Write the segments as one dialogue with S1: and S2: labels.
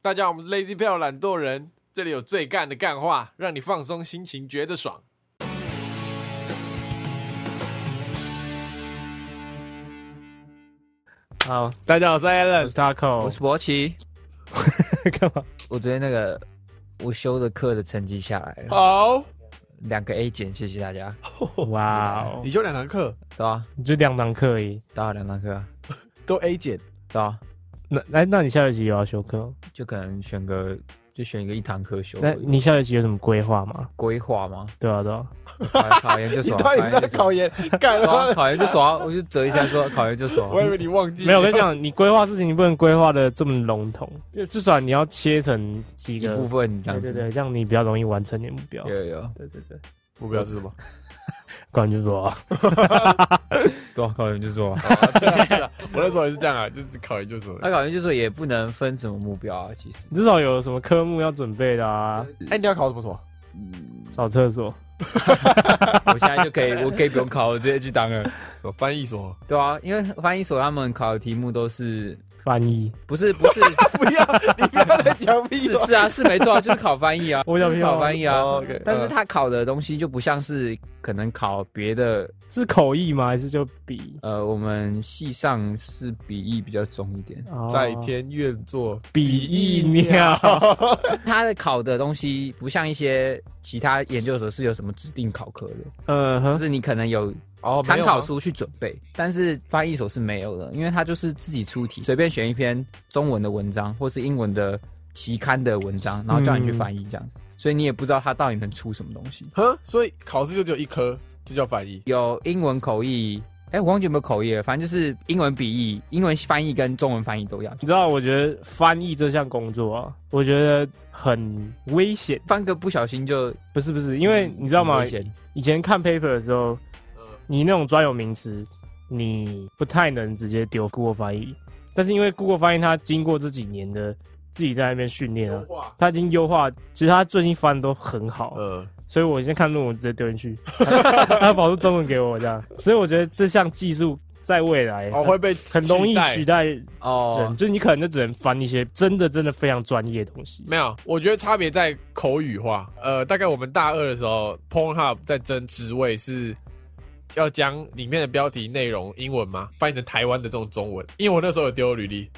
S1: 大家好，我们是 Lazy p a l 懒惰人，这里有最干的干话，让你放松心情，觉得爽。
S2: 好，
S1: 大家好，我是 a l a
S2: 我
S1: n
S2: 是 Taco，
S3: 我是博奇。
S2: 干嘛？
S3: 我昨天那个我修的课的成绩下来了，
S1: 好，
S3: 两个 A 减，谢谢大家，
S2: 哇哦
S1: 你，就两堂课
S3: 对吧、啊？
S2: 你就两堂课而已。
S3: 打了两堂课啊，
S1: 都 A 减，
S3: 对吧、啊？
S2: 那那那你下学期有要修课吗？
S3: 就可能选个就选一个一堂课修
S2: 那你下学期有什么规划吗？
S3: 规划吗？
S2: 对啊，对啊，
S3: 考考研就
S1: 你
S3: 爽，
S1: 到底
S3: 考研
S1: 在
S3: 就
S1: 考
S3: 爽
S1: 研？干
S3: 对啊
S1: 了，
S3: 考研就爽啊，我就折一下说考研就啊爽
S1: 我以为你忘记。
S2: 没有。我跟你讲，你规划事情你不能规划的这么笼统，就至少你要切成几
S3: 一
S2: 个
S3: 部分这
S2: 对
S3: 样
S2: 对
S3: 子。
S2: 对，这样你比较容易完成你的目标。
S3: 有有，
S2: 对对对，
S1: 目标是什么？
S2: 关键说啊，
S3: 对啊，考研就爽。
S1: 我那时候也是这样啊，就是考研究所。
S3: 那考研就说也不能分什么目标啊，其实
S2: 你至少有什么科目要准备的啊？
S1: 哎，你要考什么所？
S2: 扫厕所，
S3: 我现在就可以， 我可以不用考，我直接去当了。
S1: 什么翻译所？
S3: 对啊，因为翻译所他们考的题目都是
S2: 翻译。
S3: 不是不是
S1: 不要，你不要再讲屁
S3: 是
S1: 话。
S3: 是啊，是没错啊，就是考翻译啊，
S2: 我想
S3: 就是
S2: 听啊
S3: 考翻译啊。
S1: 哦，OK，
S3: 但是
S1: 嗯
S3: 他考的东西就不像是可能考别的，
S2: 是口译吗？还是就笔？
S3: 呃，我们系上是笔译比较重一点，
S2: 哦
S1: 在天愿作
S2: 笔译
S1: 哦
S2: 鸟，
S3: 他的考的东西不像一些其他研究所是有什么指定考科的，
S2: 嗯
S3: 就
S2: 哼，
S3: 是你可能有
S1: 哦，没
S3: 参
S1: 有
S3: 考
S1: 吗
S3: 书去准备，但是翻译所是没有的，因为他就是自己出题，随便选一篇中文的文章或是英文的期刊的文章，然后叫你去
S1: 嗯
S3: 翻译这样子，所以你也不知道他到底能出什么东西。
S1: 哼，所以考试就只有一科，就叫翻译。
S3: 有英文口译，哎、我忘记有没有口译了，反正就是英文笔译、英文翻译跟中文翻译都要。
S2: 你知道，我觉得翻译这项工作啊，我觉得很危险。
S3: 翻个不小心就
S2: 不是不是，因为你知道吗
S3: 嗯很危？险
S2: 以前看 paper 的时候，你那种专有名词，你不太能直接丢 Google 翻译。但是因为 Google 翻译它经过这几年的自己在那边训练啊，
S1: 化，
S2: 它已经优化，其实它最近翻的都很好，啊
S1: 呃，
S2: 所以我先看论文直接丢进去，它跑出中文给我这样。所以我觉得这项技术在未来
S1: 哦，会被
S2: 很容易
S1: 代
S2: 取代
S3: 哦
S2: 人，，就是你可能就只能翻一些真的真的非常专业的东 西。
S1: 没有，我觉得差别在口语化。呃，大概我们大二的时候，Pornhub 在争职位是要将里面的标题内容英文吗？翻译成台湾的这种中文，因为我那时候有丢履历，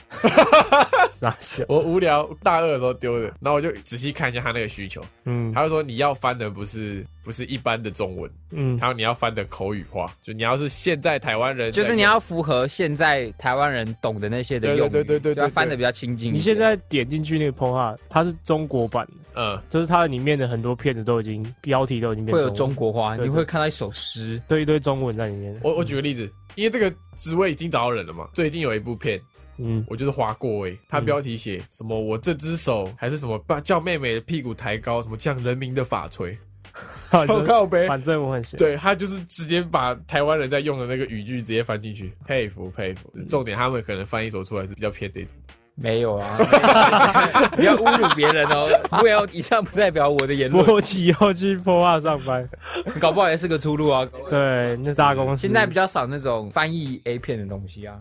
S2: 傻笑，
S1: 我无聊大二的时候丢的，然后我就仔细看一下他那个需求，
S2: 嗯
S1: 他就说你要翻的不是不是一般的中文，
S2: 嗯，
S1: 他说你要翻的口语化，就你要是现在台湾人，
S3: 就是你要符合现在台湾人懂的那些的用语，
S1: 对对对对对
S3: 要翻的比较亲近一
S2: 你
S3: 点。
S2: 现在点进去那个 p o n h 它是中国版的，
S1: 嗯，
S2: 就是它里面的很多片子都已经标题都已经变
S3: 会有
S2: 中
S3: 中
S2: 文，
S3: 国话，
S2: 对对
S3: 你会看到一首诗，
S2: 对一堆中文在里面。
S1: 我我举个例子，因为这个职位已经找到人了嘛，最近有一部片
S2: 嗯，
S1: 我就是划过哎、欸，它标题写什么？我这只手还是什么？把叫妹妹的屁股抬高，什么降人民的法锤？
S2: 反
S1: 超
S2: 正
S1: 靠
S3: 哎
S1: 背。
S2: 反正我很闲。
S1: 对他就是直接把台湾人在用的那个语句直接翻进去，佩服佩服。
S2: 嗯
S1: 重点他们可能翻译所出来是比较偏这种，
S3: 没有啊，不要侮辱别人哦。不要，以上不代表我的言论，
S2: 我以后去 p o n h 上班，
S3: 搞不好也是个出路啊。
S2: 对，那大公司
S3: 现在比较少那种翻译 A 片的东西啊，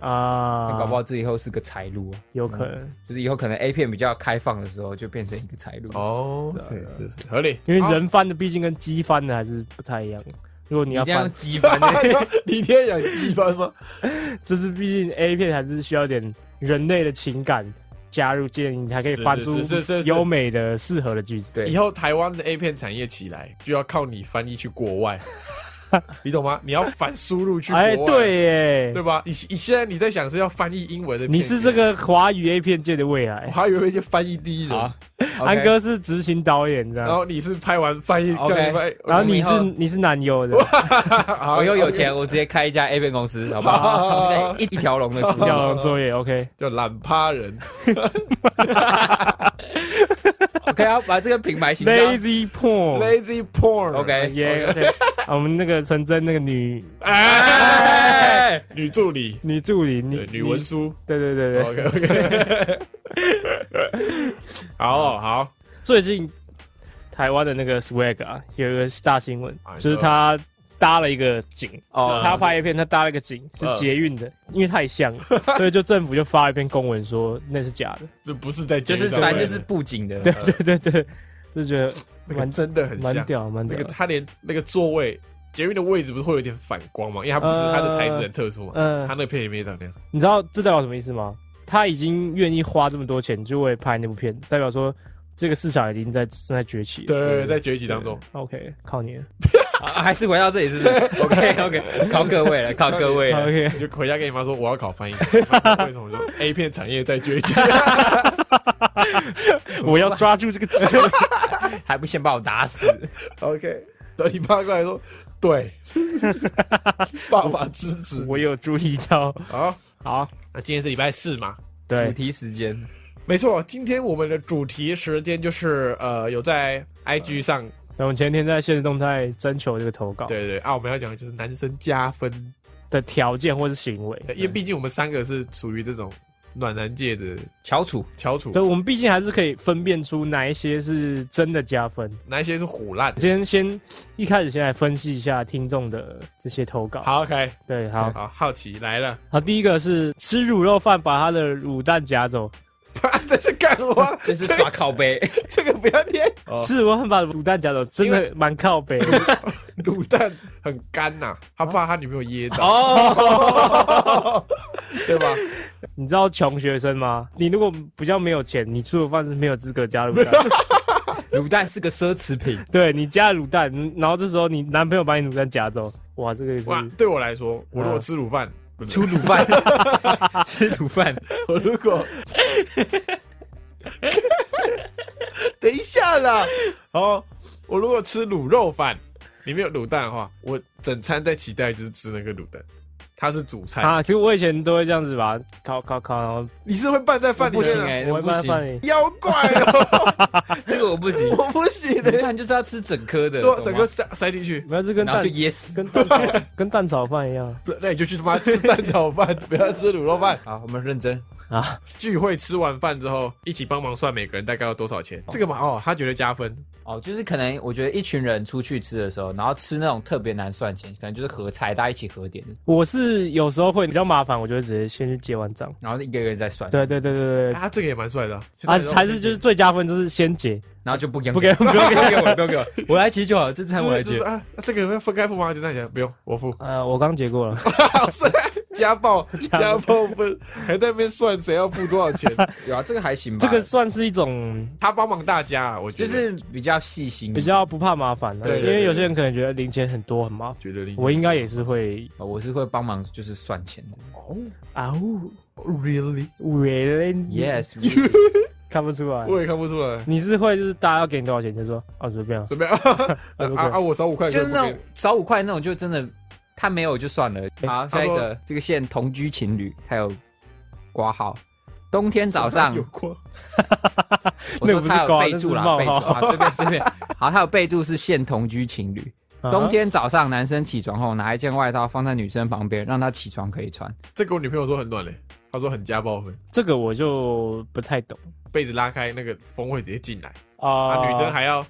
S2: 啊，
S3: 搞不好这以后是个财路啊。
S2: 有可能，
S3: 就是以后可能 A 片比较开放的时候，就变成一个财路。
S1: 哦，对，是是合理。
S2: 因为人翻的毕竟跟鸡翻的还是不太一样。如果你
S3: 你
S2: 要
S3: 一定要
S2: 翻
S3: 用，机翻的，
S1: 你天养鸡翻 吗？
S2: 就是毕竟 A 片还是需要点人类的情感加入进，你才可以
S1: 是
S2: 翻
S1: 是
S2: 出
S1: 是是是
S2: 优美的、适合的句子。
S3: 对
S1: 以后台湾的 A 片产业起来，就要靠你翻译去国 外，你懂吗？你要反输入去国外，
S2: 哎，对耶，
S1: 对吧？你你现在你在想是要翻译英文的片给，啊
S2: 你是这个华语 A 片界的未
S1: 我
S2: 来，
S1: 还以为就翻译第一人。
S2: 啊
S3: 好，
S2: 安哥是执行导演这
S1: 然
S2: 样，
S1: 后你是拍完翻译
S3: OK
S1: 干翻译
S2: 嗯然后你
S3: 我
S2: 是
S3: 们以
S2: 你是男优的，
S1: 好
S3: 我又有
S1: OK，
S3: 钱，我直接开一家 A 片公司，好不
S1: 好好好
S3: 好？ 一一条龙的股
S2: 一条
S3: 票。
S2: 龙作 业 OK，
S1: 叫懒趴人，
S3: OK 啊，把这个品牌形象。
S2: Lazy Porn
S1: lazy porn。
S3: OK
S2: 耶，OK，啊我 们那个陈真那个女
S1: 哎，
S3: 哎
S1: 女助理，
S2: 女助理，
S1: 对
S2: 女
S1: 女文，书。哦
S2: 对对对对，
S1: OK OK。好哦好，
S2: 最近台湾的那个 Swag 啊，有一个大新闻
S1: 啊，你
S2: 就是
S1: 说
S2: 他搭了一个景，
S3: 哦
S2: 他拍一片，他搭了一个景
S1: 嗯
S2: 是捷运的，因为太像 了，所以就政府就发了一篇公文说那是假的。
S1: 这不是在街
S3: 就是
S1: 上
S3: 反正
S1: 拍
S3: 就
S1: 的
S3: 是布景的，
S2: 对对对，就觉得
S1: 那个
S2: 蛮
S1: 真的很
S2: 蛮
S1: 像，
S2: 屌蛮
S1: 那
S2: 屌
S1: 个
S2: 的。
S1: 他连那个座位捷运的位置不是会有点反光吗？因为它不是
S2: 呃
S1: 它的材质很特殊嘛，
S2: 嗯、
S1: 它那个片也没长那样。
S2: 你知道这代表什么意思吗？他已经愿意花这么多钱就为拍那部片，代表说这个市场已经在正在崛起了。
S1: 对，在崛起当中，
S2: ，OK，靠你了
S3: 啊还是回到这里是不是？OK OK，考各位了，考各位了。
S2: ，OK，
S1: 你就回家跟你妈说我要考翻译，你妈说为什么说 A 片产业在崛起？
S2: 我要抓住这个机会。
S3: 还不先把我打死？
S1: OK，然后你爸过来说， 对，爸爸支持。
S2: 我有注意到，
S1: 好，
S2: 好，
S1: 那今天是礼拜四嘛？
S3: 主
S2: 对，
S3: 题时间，
S1: 没错，今天我们的主题时间就是呃，有在 IG 上，
S2: 那我们前天在现实动态征求这个投稿
S1: 对对对啊，我们要讲的就是男生加分，
S2: 的条件或是行为，
S1: 因为毕竟我们三个是处于这种暖男界的
S3: 翘楚
S1: 翘楚
S2: 对，，我们毕竟还是可以分辨出哪一些是真的加分。
S1: 哪一些是虎烂？
S2: 今天先一开始先来分析一下听众的这些投稿。，
S1: 好，OK，
S2: 对，好，
S1: 好，好奇来了，
S2: 好，第一个是吃卤肉饭把他的卤蛋夹走，
S1: 这是干花，
S3: 这是耍靠背，
S1: 这个不要念。哦
S2: 吃卤肉饭把卤蛋夹走，真的蛮 靠北的。
S1: 卤蛋很干呐、他怕他女朋友噎到，哦 对吧？
S2: 你知道穷学生吗？你如果比较没有钱，你吃卤饭是没有资格加卤 蛋。
S3: 卤蛋是个奢侈品，
S2: 对你加了卤蛋，然后这时候你男朋友把你卤蛋夹走，哇，这个也是
S1: 哇，对我来说，我如果吃卤饭，不是
S3: 出卤饭， 吃卤饭，
S1: 我如 果，等一下啦，哦，我如果吃卤肉饭里面有卤蛋的话，我整餐在期待就是吃那个卤蛋，它是主菜，
S2: 啊。其实我以前都会这样子吧，烤烤烤，然后
S1: 你是会拌在饭里
S3: 不
S1: 面
S3: 行
S1: 的，
S3: 哎，
S2: 我会
S3: 不
S2: 把它放
S3: 行，
S2: 你。
S1: 妖怪哦，
S3: 这个我不行。
S1: 我不行
S3: 卤
S1: 的，
S3: 蛋就是要吃整颗的，懂
S1: 对，啊
S3: 吗
S1: 整个塞塞进去，
S2: 没有，这跟
S3: 然后
S2: 蛋
S3: 就噎死。
S2: 跟蛋炒 跟蛋炒饭一样
S1: 那你就去他妈吃蛋炒 饭，不要吃卤肉饭。
S3: 好，我们认真，
S2: 啊。
S1: 聚会吃完饭之后，一起帮忙算每个人大概要多少钱。这个嘛，哦，他觉得加分，
S3: 哦，就是可能我觉得一群人出去吃的时候，然后吃那种特别难算钱，可能就是合菜，大家一起合点，
S2: 我是有时候会比较麻烦，我就会直接先去结完账。
S3: 然后一个一个在算，
S2: 对对对对对
S1: 啊，，他这个也蛮帅的啊，
S2: 啊，还是就是最加分就是先结，
S3: 然后就不给
S2: 不给。
S3: 不要给不要给我不要给我，我来骑就好，这餐我来
S1: 就
S3: 骑
S1: 是。啊，这个分开付吗？就这样讲，不用， 我付
S2: 呃，我刚结过了，
S1: 好帅， 家 暴，家
S2: 家
S1: 暴分，还在那边算谁要付多少钱，
S3: 有啊，这个还行吧，
S2: 这个算是一种
S1: 他帮忙大家啊，我觉
S3: 就
S1: 得
S3: 是比较细心，
S2: 比较不怕麻烦 的，
S1: 对对
S2: 因
S1: 对
S2: 为有些人可能觉得零钱很多很麻烦，
S1: 觉得你
S2: 我应该也是会
S3: 哦，我是会帮忙就是算钱的。
S2: 啊呜
S1: really，
S2: ，really
S3: Yes，
S2: 看不出来，
S1: 我也看不出来，
S2: 你是会就是大家要给你多少钱就说啊随便啊，
S1: 随便啊
S2: 啊不
S1: 啊啊，
S2: 贵
S1: 我少五块，
S3: 就是
S1: 可以
S3: 那
S1: 不
S3: 种少五块那种，就真的他没有就算了。
S2: 哎
S3: 好，
S1: 他
S3: 下一
S1: 说
S3: 个这个线同居情侣，他有挂号。冬天早 上
S1: 给有，过，
S2: 哎
S3: 我
S2: 那个
S3: 说
S2: 不是
S3: 他有
S2: 挂
S3: 备
S2: 那
S3: 注
S2: 是
S3: 啦，
S2: 冒
S3: 备注
S2: 号
S3: 啊，随便随便。 好，他有备注是现同居情侣。
S2: 啊
S3: 冬天早上，男生起床后拿一件外套放在女生旁边，让她起床可以穿。
S1: 这个我女朋友说很暖嘞，她说很家暴分，
S2: 这个我就不太懂
S1: 被子拉开，那个风会直接进来。
S2: 啊，
S3: 哦
S1: 啊，女生还要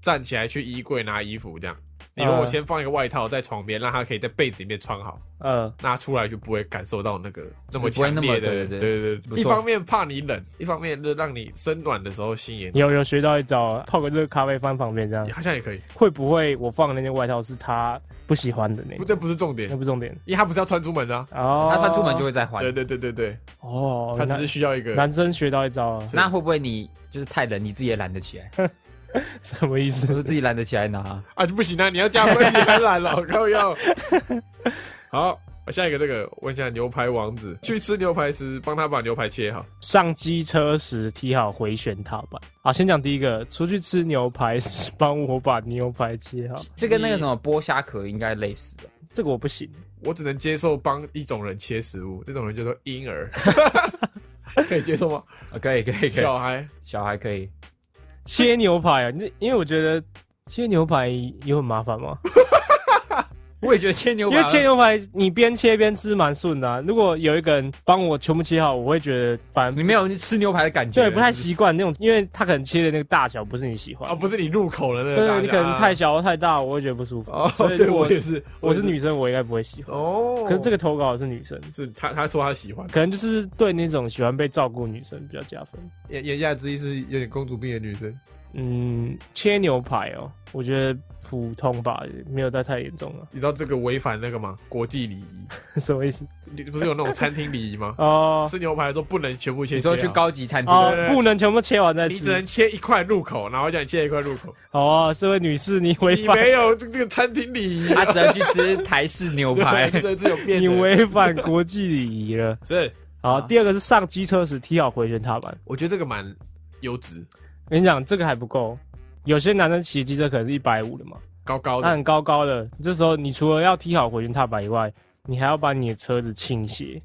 S1: 站起来去衣柜拿衣服这样。你
S3: 嗯
S1: 如果先放一个外套在床边，让她可以在被子里面穿好，
S2: 呃
S1: 那出来就不会感受到那个那么
S3: 不会
S1: 强
S3: 那么
S1: 烈的。
S3: 对对对
S1: 对对
S3: 不
S1: 一
S3: 错
S1: 方面怕你冷，一方面就让你身暖的时候心也暖。
S2: 有有学到一招，泡个热咖啡放旁边这样，
S1: 好像也可以，
S2: 会不会我放的那件外套是他不喜欢的那
S1: 不，
S2: 种？
S1: 这不是重点
S2: 那，不重点
S1: 因为她不是要穿出门的啊。
S2: 哦。
S3: 她穿出门就会再换
S1: 对。对对对对，
S2: 哦，
S1: 她只是需要一个
S2: 男男生学到一招 啊，
S1: 是
S3: 那会不会你就是太冷，你自己也懒得起来？
S2: 什么意
S3: 我
S2: 思？
S3: 说自己懒得起来拿。
S1: 啊，就不行啊，你要加分，你还 懒了，靠要。好，我下一个这个问一下牛排王子，去吃牛排时帮他把牛排切好。
S2: 上机车时提好回旋踏板。好，先讲第一个，出去吃牛排时帮我把牛排切好，
S3: 这跟那个什么剥虾壳应该类似的。
S2: 这个我不行。
S1: 我只能接受帮一种人切食物，那种人叫做婴 儿，可以接受吗？
S3: 啊，可以可以可以，
S1: 小孩
S3: 小孩可以。
S2: 切牛排啊，你因为我觉得切牛排也很麻烦嘛。
S3: 我也觉得切牛
S2: 因
S3: 排，
S2: 为切牛排你边切边吃蛮顺的啊、如果有一个人帮我全部切好，我会觉得反
S3: 你
S2: 正
S3: 没有吃牛排的感觉，
S2: 对不太
S3: 是
S2: 习惯那种，因为他可能切的那个大小不是你喜欢
S1: 啊，，不是你入口的那个大
S2: 对
S1: 家，
S2: 你可能太小或太大，我会觉得不舒服。
S1: 哦，
S2: 所以
S1: 对
S2: 如果
S1: 我也是，
S2: 我是女生，我应该不会喜欢。
S1: 哦，
S2: 可是这个投稿的是女生，
S1: 是他他说他喜欢，
S2: 可能就是对那种喜欢被照顾的女生比较加分。
S1: 言言下之意是有点公主病的女生。
S2: 嗯，切牛排哦，我觉得普通吧，没有到太严重了。
S1: 你知道这个违反那个吗？国际礼仪，
S2: 什么意思？？
S1: 你不是有那种餐厅礼仪 吗
S2: 哦
S1: 吃牛排的时候不能全部切，
S3: 你说
S1: 切
S3: 去
S1: 好，
S3: 高级餐厅，
S2: 哦
S1: 对对，对
S2: 不能全部切完再
S1: 你只能
S2: 吃。
S1: 切一块入口，然后叫你切一块入口，
S2: 哦，这位女士，你违
S1: 你
S2: 反
S1: 没有这这个餐厅礼仪，。
S3: 他只能去吃台式牛排
S1: 对 这有变的。
S2: 你违反国际礼仪了。
S1: 是，
S2: 好，
S3: 啊
S2: 第二个是上机车时踢好回旋踏板。
S1: 我觉得这个蛮优质，
S2: 我跟你讲，这个还不够。有些男生骑机车可能是一百五的嘛，
S1: 高高
S2: 他
S1: 的，
S2: 很高高的，这时候你除了要踢好回旋踏板以外，你还要把你的车子倾斜，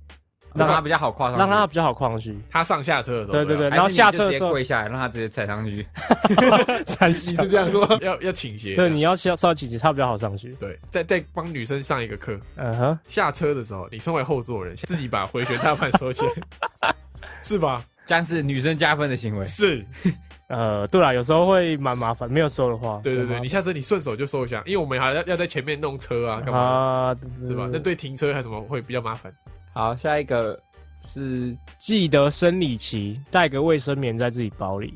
S3: 让
S2: 让
S3: 他
S2: 它
S3: 比较好跨上去，
S2: 让它比较好跨 上去。
S1: 他上下车的时候，
S2: 对
S1: 对
S2: 对对，
S1: 吧，
S2: 然后下车
S3: 还是你就
S2: 的
S3: 直
S2: 时
S3: 接
S2: 候
S3: 跪下来，让他直接踩上去。
S2: 三
S1: 你
S2: 下
S1: 是这样说，要要倾斜，
S2: 对，你要稍稍微倾斜，他比较好上去。
S1: 对，再再帮女生上一个课，
S2: 嗯哼，
S1: 下车的时候，你身为后座人， 自己把回旋踏板收起来， 是吧？
S3: 这样是女生加分的行为。
S1: 是，
S2: 呃，对啦，有时候会蛮麻烦，没有收的话，
S1: 对对对，
S2: 蛮
S1: 你下车你顺手就收一下，因为我们还要要在前面弄车啊，嗯
S2: 麻
S1: 干
S2: 烦
S1: 嘛
S2: 啊，
S1: 的，是吧？那对停车还有什么会比较麻烦？
S3: 好，下一个是
S2: 记得生理期带个卫生棉在自己包里。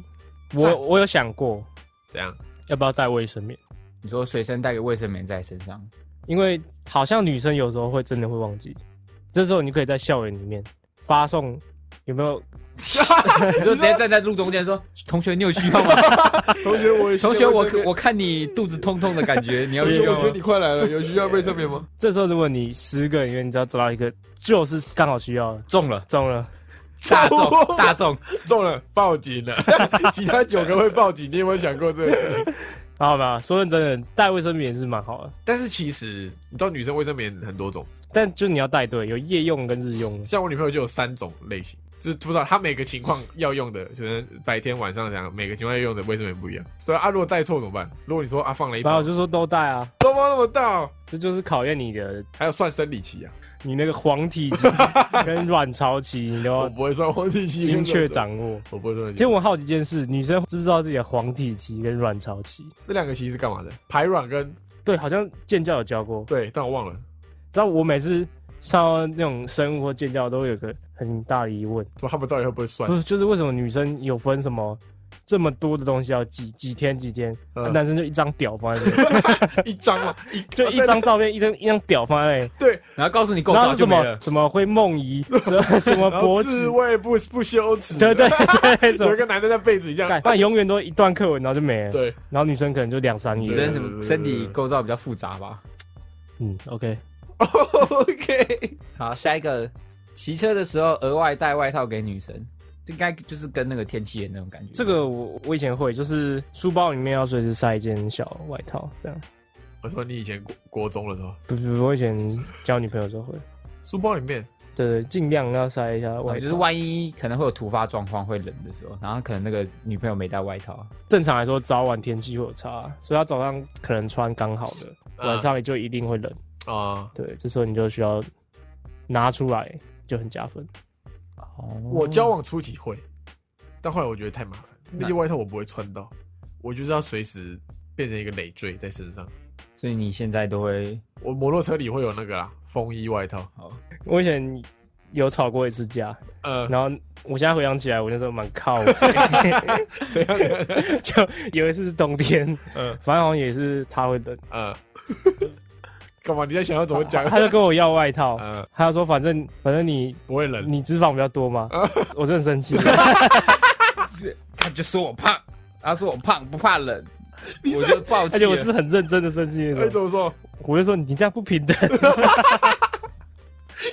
S2: 我
S1: 赞
S2: 我有想过
S1: 怎样？
S2: 要不要带卫生棉，
S3: 你说随身带个卫生棉在身 上，
S2: 因为好像女生有时候会真的会忘记，这时候你可以在校园里面发送。有没有
S3: 你就直接站在路中间说：“同学，你有需 要吗？
S1: 同学，我
S3: 同学，我我看你肚子痛痛的感觉，你要需要吗
S1: 快来了，有需要卫生棉 吗？
S2: 这时候，如果你十个里面你只要找到一个，就是刚好需要的？”
S3: 中了，
S2: 中了，
S3: 大中，大中，
S1: 中了，报警了。 其他九个会报警，你有没有想过这个事情？
S2: 好吧？说认真的，带卫生棉是蛮好的，
S1: 但是其实你知道，女生卫生棉很多种，
S2: 但就你要带对，有夜用跟日用的。
S1: 像我女朋友就有三种类型，就是不知道她每个情况要用的，可能白天晚上这样，每个情况要用的卫生棉不一样。对啊，啊如果带错怎么办？如果你说啊放了一
S2: 然后
S1: 包
S2: 我，就说都带啊，
S1: 包包那么大哦，
S2: 这就是考验你的
S1: 还有算生理期啊，
S2: 你那个黄体期跟卵巢期，你都
S1: 我
S2: 要
S1: 不会算黄体期，
S2: 哦精确，掌握。
S1: 我不会算。
S2: 其实我好奇一件事，女生知不知道自己的黄体期跟卵巢期？
S1: 那两个其实是干嘛的？排卵跟
S2: 对，好像健教有教过。
S1: 对，但我忘了，
S2: 但我每次上到那种生物或健教，都会有个很大的疑问，
S1: 说他们到底会不会算
S3: 嗯
S2: 不？是就是为什么女生有分什么这么多的东西要记几天几天，
S1: 嗯
S2: 啊男生就一张屌放在 那里，
S1: 一张嘛，一
S2: 就一张照片，一张一张屌放在那里，
S1: 对，
S3: 然后告诉你够
S2: 然
S3: 早
S2: 后
S3: 就
S2: 什
S3: 没
S2: 么
S3: 了。
S2: 什么会梦 遗，什么什么
S1: 然后
S2: 脖
S1: 自
S2: 子，
S1: 慰不不羞耻，
S2: 对对对，什
S1: 有
S2: 么
S1: 一 个男的在被子里这
S2: 干
S1: 样，，
S2: 但永远都一段课文，然后就没了。
S1: 对，
S2: 然后女生可能就两三
S3: 女
S2: 页。
S3: 生什么身体构造比较复杂吧？
S2: 嗯，OK，
S3: OK，好，下一个，骑车的时候额外带外套给女生，这应该就是跟那个天气的那种感觉。哦
S2: 这个我我以前会，就是书包里面要随时塞一件小外套，这样。
S1: 我说你以前国国中的时候，
S2: 不不，我以前交女朋友的时候会，
S1: 书包里面
S2: 对对，尽量要塞一下外
S3: 哦
S2: 套。
S3: 就是万一可能会有突发状况，会冷的时候，然后可能那个女朋友没带外套，啊
S2: 正常来说，早晚天气会有差，所以她早上可能穿刚好的，
S1: 啊
S2: 晚上就一定会冷。
S1: 啊，
S2: 对，这时候你就需要拿出来，就很加分。
S3: 哦，
S1: 我交往初期会，但后来我觉得太麻烦，
S2: 嗯
S1: 那件外套我不会穿到，我就是要随时变成一个累赘在身上。
S3: 所以你现在都会
S1: 我摩托车里会有那个啦，啊风衣外套，
S3: 哦，
S2: 我以前有吵过一次架，
S1: 呃，
S2: 然后我现在回想起来，我那时候蛮靠 北。
S1: 怎样怎样？
S2: 就有一次是冬天，
S1: 嗯
S2: 反正好像也是他会冷，
S1: 呃， 干嘛？你在想要怎么讲？
S2: 他就跟我要 外套，
S1: 呃，
S2: 他就说反正反正你
S1: 不会冷，
S2: 你脂肪比较多嘛，我真的生气了，
S3: 他就说我胖，他说我胖不怕冷，
S1: 你
S3: 我就暴
S2: 而
S3: 气
S2: 且我
S3: 了。
S2: 是很认真的生气
S1: 哎，
S2: 那嗯
S1: 怎
S2: 种，
S1: 么说？
S2: 我就说你这样不 平等，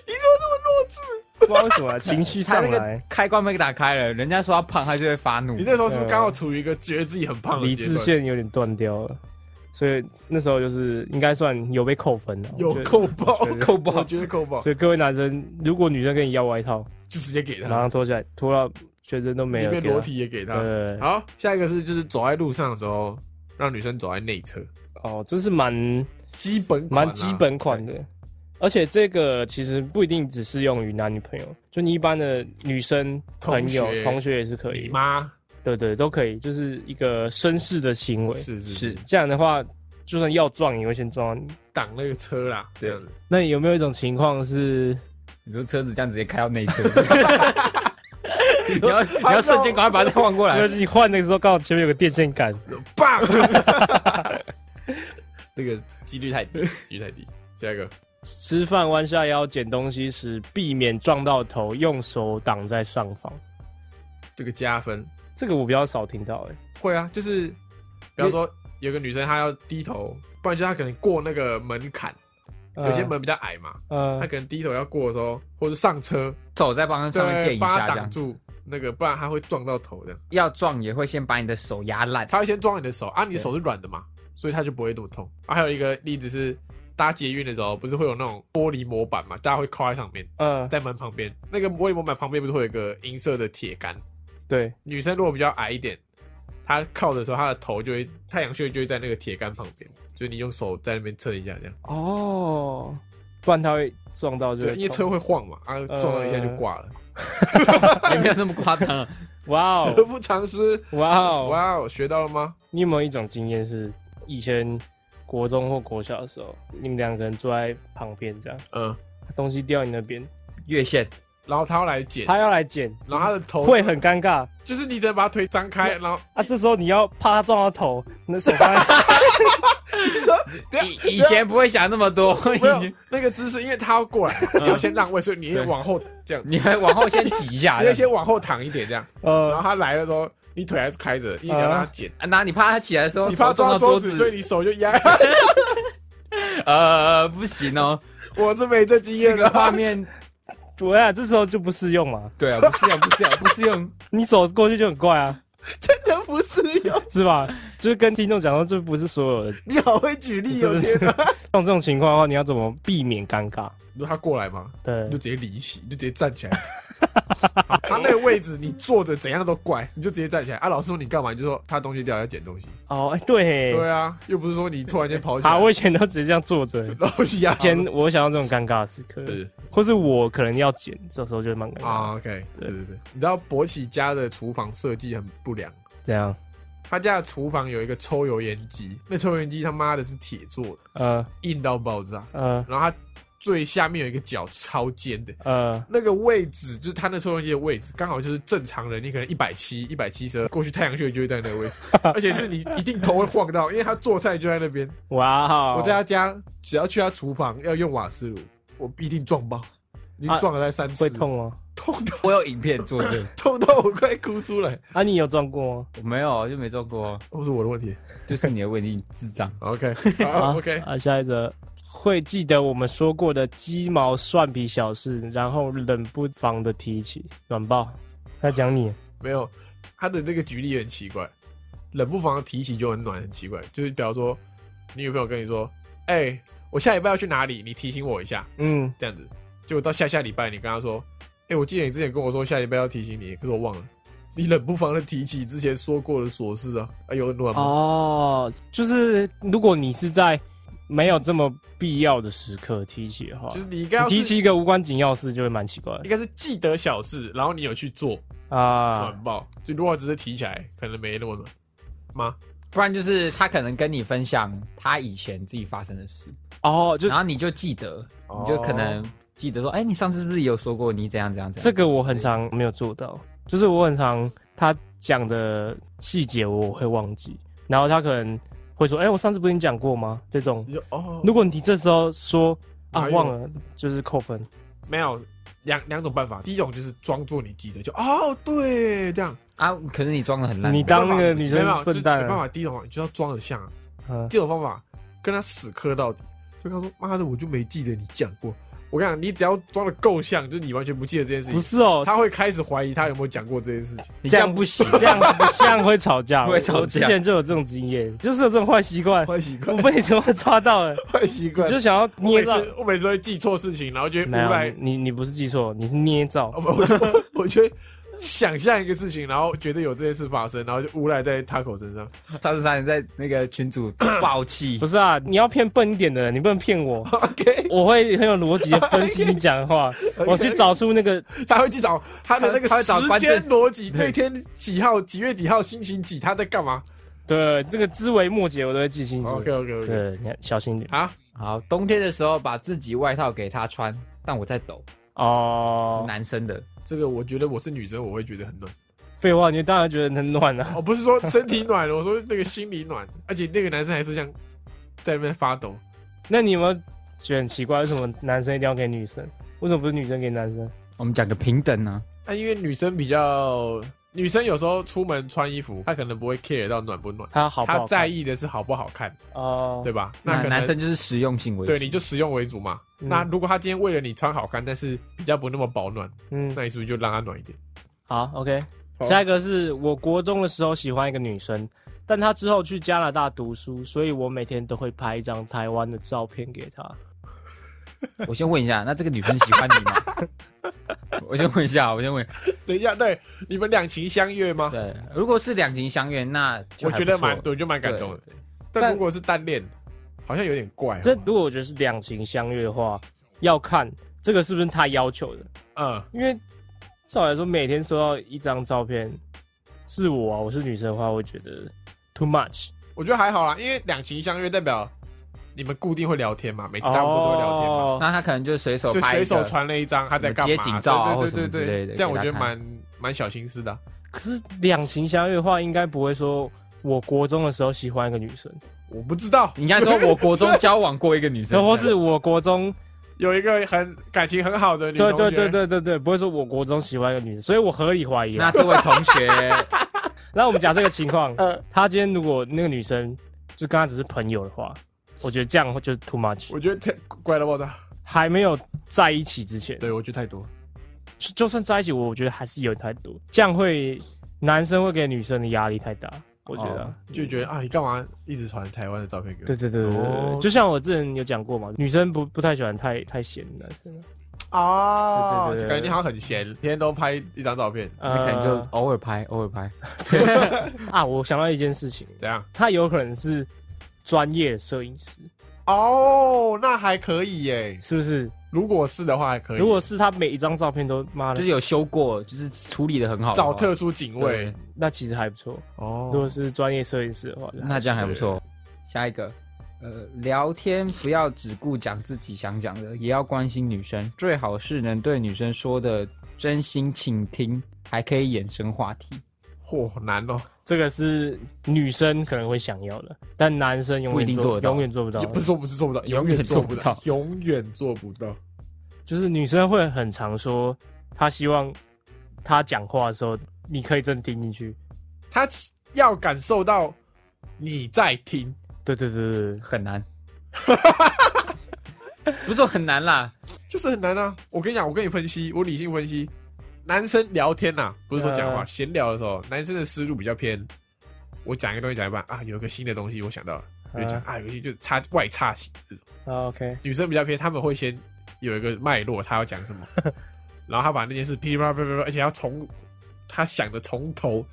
S1: 你怎么那么弱智？
S2: 不知道为什么啊情绪
S3: 他
S2: 上
S3: 那个
S2: 来，
S3: 开关被打开了，人家说他胖，他就会发怒
S1: 你。那时候是不是刚好处于一个觉得自己很胖的
S2: 理
S1: 阶
S2: 智
S1: 段？
S2: 线有点断掉了，所以那时候就是应该算有被扣分了，啊
S1: 有
S2: 我觉得。
S1: 扣爆，
S3: 扣爆
S1: 我觉得扣爆，
S2: 所以各位男生，如果女生跟你要外套，
S1: 就直接给
S2: 马
S1: 他，
S2: 上脱下来，脱到全身都
S1: 嗯
S2: 没
S1: 里
S2: 有，
S1: 面
S2: 给他
S1: 裸体啊也给
S2: 对
S1: 他。
S2: 对对，
S1: 好，下一个是就是走在路上的时候，让女生走在内侧，
S2: 哦，这是蛮
S1: 基本款啊
S2: 蛮基本款的。而且这个其实不一定只适用于男女朋友，就你一般的女生朋友、
S1: 同
S2: 同
S1: 学
S2: 学也是可
S1: 你
S2: 以，
S1: 妈
S2: 对对都可以，就是一个绅士的行为。
S1: 是是
S3: 是
S1: 是
S2: 这样的话，就算要撞，也会先撞到你。
S1: 挡那个车啦，这样子。
S2: 那有没有一种情况是，
S3: 你说车子这样直接开到内 侧，你要你要瞬间赶快把它换过
S2: 就
S3: 来。
S2: 是你换的时候刚好前面有个电线杆，
S1: 棒， 那个几率太低，几率太低。下一个，
S2: 吃饭弯下腰捡东西时避免撞到头，用手挡在上方。
S1: 这个加分
S2: 这个我比较少听到、欸，
S1: 会啊，就是比方说有个女生她要低头，不然就她可能过那个门槛，
S2: 哎，
S1: 有些门比较矮嘛，
S2: 呃，
S1: 她
S2: 呃，
S1: 可能低头要过的时候，或者上车，
S3: 手再帮上面垫
S1: 对，
S3: 一
S1: 帮她
S3: 下，这
S1: 挡
S3: 样子
S1: 住那个，不然她会撞到头的。
S3: 要撞也会先把你的手压 烂。
S1: 她会先撞你的手啊，你的手是软的嘛，所以她就不会那么痛。啊，还有一个例子是。搭捷运的时候，不是会有那种玻璃模板嘛？大家会靠在上面，
S2: 嗯，
S1: 在门旁边。那个玻璃模板旁边不是会有一个银色的铁杆？
S2: 对，
S1: 女生如果比较矮一点，她靠的时候，她的头就会太阳穴就会在那个铁杆旁边，就是你用手在那边蹭一下这样。
S2: 哦，不然它会撞到就
S1: 对，因为车会晃嘛，
S2: 呃
S1: 啊，撞到一下就挂了，
S3: 也没有那么夸张了。
S2: 哇
S1: 得
S2: 哦
S1: 不偿失。
S2: 哇哦，
S1: 哇哦，学到了吗？
S2: 你有没有一种经验是以前国中或国小的时候，你们两个人坐在旁边这样，
S1: 嗯，
S2: 东西掉你那边，
S3: 越线，
S1: 然后她要来捡，
S2: 他要来捡，
S1: 然后她的头
S2: 会很尴尬
S1: 就是你只能把她腿张开，然后
S2: 啊。这时候你要怕他撞到头，那手放 在
S3: 以以前不会想那么多，以
S1: 没有
S3: 前
S1: 那个姿势，因为她要过来，
S2: 嗯
S1: 你要先让位，所以你也
S3: 对
S1: 往后这样，
S3: 你还往后先挤一下，
S1: 你要先往后躺一点这样，然后
S2: 呃，
S1: 她来的时候，你腿还是开着，因
S2: 嗯
S1: 为你要让她捡。
S3: 啊那你怕他起来 的时候
S1: 你怕
S3: 头撞
S1: 到
S3: 到
S1: 桌
S3: 桌
S1: 子，所以你手就压。
S3: 呃，不行 哦，
S1: 我是没这经验
S3: 这个
S1: 的。
S3: 画面，
S2: 我呀，啊这时候就不适用嘛，
S3: 对啊，不适用，不适用，不适用。
S2: 你走过去就很怪啊，
S1: 真的不适用。
S2: 是吧？就是跟听众讲说，这不是所有的。
S1: 你好会举例哦，
S2: 是
S1: 天哪！
S2: 像这种情况的话，你要怎么避免尴尬？
S1: 你说他过来嘛，
S2: 对
S1: 你就，直接离席，你就直接站起 来。他那个位置，你坐着怎样都怪，你就直接站起来。啊，老师说你干嘛？你就说他东西掉要捡东西。
S2: 哦，哎、对嘿，
S1: 对啊，又不是说你突然间跑起来，
S2: 好，我以前都直接这样 坐着。以
S1: 然后去压
S2: 前我想要这种尴尬的时刻，
S1: 是
S2: 或是我可能要剪，这时候就会蛮尴尬。
S1: 啊，OK，是是是。你知道博起家的厨房设计很不良，
S2: 这样，
S1: 他家的厨房有一个抽油烟机，那抽油烟机他妈的是铁做的，
S2: 呃
S1: 硬到爆炸。
S2: 呃
S1: 然后它最下面有一个角超尖的，
S2: 呃，
S1: 那个位置就是它那抽油烟机的位置，刚好就是正常人，你可能一百七、一百七十二过去，太阳穴就会在那个 位置，而且是你一定头会晃到，因为他做菜就在那边。
S2: 哇哦！
S1: 我在他家，只要去他厨房要用瓦斯炉，我必定撞爆，已经
S2: 啊
S1: 撞了他三次，
S2: 会痛哦吗？
S1: 痛到
S3: 我有影片作证，
S1: 痛到我快哭出来，哦
S2: 啊，你有撞过吗？
S3: 我没有就没做过，
S1: 不是我的问题。
S3: 就是你的问题，你智障。
S1: OK，
S2: 啊
S1: 好，OK，
S2: 啊，下一则会记得我们说过的鸡毛蒜皮小事，然后冷不防的提起，软爆。他讲你，
S1: 没有，他的那个举例很奇怪，冷不防提起就很暖，很奇怪。就是比方说，你女朋友跟你说：“哎、我下礼拜要去哪里，你提醒我一下。
S2: 嗯”
S1: 这样子，结果到下下礼拜，你跟她说：“哎、我记得你之前跟我说下礼拜要提醒你，可是我忘了。”你冷不防的提起之前说过的琐事啊，哎呦，暖吗？
S2: 哦，就是如果你是在没有这么必要的时刻提起的话，
S1: 就是你应该要
S2: 哦你
S1: 是
S2: 提起一个无关紧要的事就会蛮奇怪
S1: 应该是记得小事，然后你有去做，
S2: 啊
S1: 暖。爆。就如果只是提起来，可能没那么暖吗？
S3: 不然就是他可能跟你分享他以前自己发生的事，
S2: 哦，就
S3: 然后你就记得，
S1: 哦
S3: 你就可能记得说，哎，你上次是不是有说过你怎样怎样怎样？
S2: 这个我很常没有做到，就是我很常他讲的细节我会忘记，然后他可能会说：“哎、我上次不是跟你讲过吗？”这种
S1: 你，就哦，
S2: 如果你这时候说啊
S1: 哪有
S2: 忘了，就是扣分。
S1: 没有两两种办法，第一种就是装作你记得，就哦对这样，
S3: 啊，可是你装的很烂，
S2: 你当那个女
S1: 没办
S2: 生
S1: 法，就是
S2: 笨
S1: 没
S2: 蛋
S1: 办法。
S2: 了，
S1: 第一种方法你就要装的像啊，
S2: 嗯，
S1: 第二种方法跟他死磕到底，就跟他说妈的，我就没记得你讲过。我跟你讲，你只要装的够像，就是你完全不记得这件事
S2: 不
S1: 情，
S2: 是哦，
S1: 他会开始怀疑他有没有讲过这件事情。
S3: 你这样不行，
S2: 这样 这样会吵架。
S3: 会吵架
S2: 我之前就有这种经验，就是有这种坏习惯，
S1: 坏习
S2: 我
S1: 惯，
S2: 被他妈抓到了，
S1: 坏习惯
S2: 你。就想要
S1: 我
S2: 捏
S1: 每
S2: 造。
S1: 次我每次会记错事情，然后就会诬
S2: 没有
S1: 赖，
S2: 你你不是记错，你是捏造
S1: 哦。不我我我觉得想象一个事情，然后觉得有这些事发生，然后就诬赖在 Taco 身上。
S3: 三十三人在那个 群组爆气
S2: 不，是啊，你要骗笨一点的人，你不能骗我。
S1: 哦 OK，
S2: 我会很有逻辑的分析你讲 的话，我去找出那个
S1: 他会去找他的那个
S3: 他会
S1: 时
S3: 找关键
S1: 间逻辑，那天几号几月几号星期几他在干嘛
S2: 对这个枝微末节，我都会记清楚。
S1: ？OK OK OK，
S2: 嗯对，你看小心一点
S1: 好，
S3: 好，冬天的时候把自己外套给他穿，但我在抖，
S2: 哦。
S3: 男生的，
S1: 这个我觉得我是女生，我会觉得很暖。
S2: 废话，你当然觉得很暖啊。
S1: 我不是说身体暖，我说那个心里暖，而且那个男生还是像在那边发抖。
S2: 那你有没有觉得很奇怪？为什么男生一定要给女生？为什么不是女生给男生？
S3: 我们讲个平等啊呢、
S1: 那、啊因为女生比较，女生有时候出门穿衣服，她可能不会 care 到暖不暖，
S2: 他好不
S1: 她
S2: 好看？
S1: 在意的是好不好看，
S2: 哦，
S1: 对吧？那
S3: 那
S1: 可能
S3: 男生就是实用性为主，
S1: 对你就实用为主嘛。
S2: 嗯
S1: 那如果他今天为了你穿好看，但是比较不那么保暖，
S2: 嗯，
S1: 那你是不是就让他暖一点？
S2: 好，OK。
S1: 好
S2: 下一个是我国中的时候喜欢一个女生，但她之后去加拿大读书，所以我每天都会拍一张台湾的照片给她。
S3: 我先问一下，那这个女生喜欢你吗？ 我先问一下，我先问，
S1: 等一下，对，你们两情相悦吗？
S3: 对，如果是两情相悦，那就
S1: 我
S3: 还
S1: 觉
S3: 不
S1: 得
S3: 错
S1: 蛮，我就蛮感动的。
S3: 对
S1: 但
S2: 但
S1: 如果是单恋，好像有点怪哦。
S2: 这如果我觉得是两情相悦的话，要看这个是不是她要求的，
S1: 嗯，
S2: 因为照理来说每天收到一张照片，是我啊，我是女生的话，我会觉得 too much。
S1: 我觉得还好啦，因为两情相悦代表你们固定会聊天嘛，每大部分都会聊天嘛，
S2: 哦
S3: 那他可能就随手
S1: 就
S3: 拍
S1: 随
S3: 一
S1: 手
S3: 个
S1: 传了一张他在干嘛，
S3: 什么街景照
S1: 对
S3: 啊
S1: 对
S3: 或什么
S1: 对对
S3: 之类的
S1: 对，这样我觉
S3: 给
S1: 得
S3: 他
S1: 蛮蛮小心思的啊。
S2: 可是两情相悦的话，应该不会说我国中的时候喜欢一个女生，
S1: 我不知道，
S3: 你应该说，我国中交往过一个女生，
S2: 然后是我国中，
S1: 有一个很感情很好的女同
S2: 对
S1: 学，，
S2: 对对对对对，不会说我国中喜欢一个女生，所以我合理怀疑
S3: 那
S2: 啊。
S3: 这位同学，
S2: 那我们假设个情况
S1: 呃，
S2: 他今天如果那个女生就跟他只是朋友的话，我觉得这样会就是 too much，
S1: 我觉得太怪到爆炸，
S2: 还没有在一起之前，
S1: 对我觉得太多。
S2: 就就算在一起，我觉得还是有点太多，这样会男生会给女生的压力太大，我觉得啊。
S1: 就觉得啊，你干嘛一直传台湾的照片给我？
S2: 对对对对对对
S1: 哦
S2: 就像我之前有讲过嘛，女生不不太喜欢太太闲的男生，
S1: 啊，
S2: 对对对对
S1: 就感觉你好像很闲，天天都拍一张照片，
S3: 那可能就
S2: 呃
S3: 偶尔拍，偶尔拍，
S2: 啊，我想到一件事情，
S1: 怎样？
S2: 他有可能是专业的摄影师，
S1: 哦，那还可以耶。
S2: 是不是？
S1: 如果是的话，还可以。
S2: 如果是他每一张照片都妈
S3: 就
S2: 的
S3: 是，有修过，就是处理的很好，
S1: 找特殊警卫
S3: 对，
S2: 那其实还不错。
S1: 哦
S2: 如果是专业摄影师的话，
S3: 那这样还不错。哦下一个，呃，聊天不要只顾讲自己想讲的，也要关心女生，最好是能对女生说的真心倾听，还可以衍生话题，
S1: 嚯难哦，
S2: 这个是女生可能会想要的，但男生永
S3: 不一
S2: 远
S3: 定
S2: 做
S3: 做得到
S2: 永远做不到
S1: 也。不是说不是做不到，
S3: 永
S1: 永
S3: 远
S1: 远做不
S3: 做不
S1: 到
S3: 到，
S1: 永远做不到。
S2: 就是女生会很常说，她希望她讲话的时候，你可以真的听进去。
S1: 他要感受到你在听，
S2: 对对对对对，
S3: 很难。 不是说很难啦，
S1: 就是很难啊。我跟你讲，我跟你分析，我理性分析，男生聊天呐、不是说讲
S3: 啊
S1: 话
S2: 呃
S1: 闲、聊的时候，男生的思路比较偏。我讲一个东西讲一半啊，有一个新的东西我想到了，我就讲啊，有一些就插外插型这种。
S2: 啊 OK，
S1: 女生比较偏，他们会先有一个脉络，她要讲什 么，然后她把那件事噼里啪啦噼里啪啦，而且要从她想的从头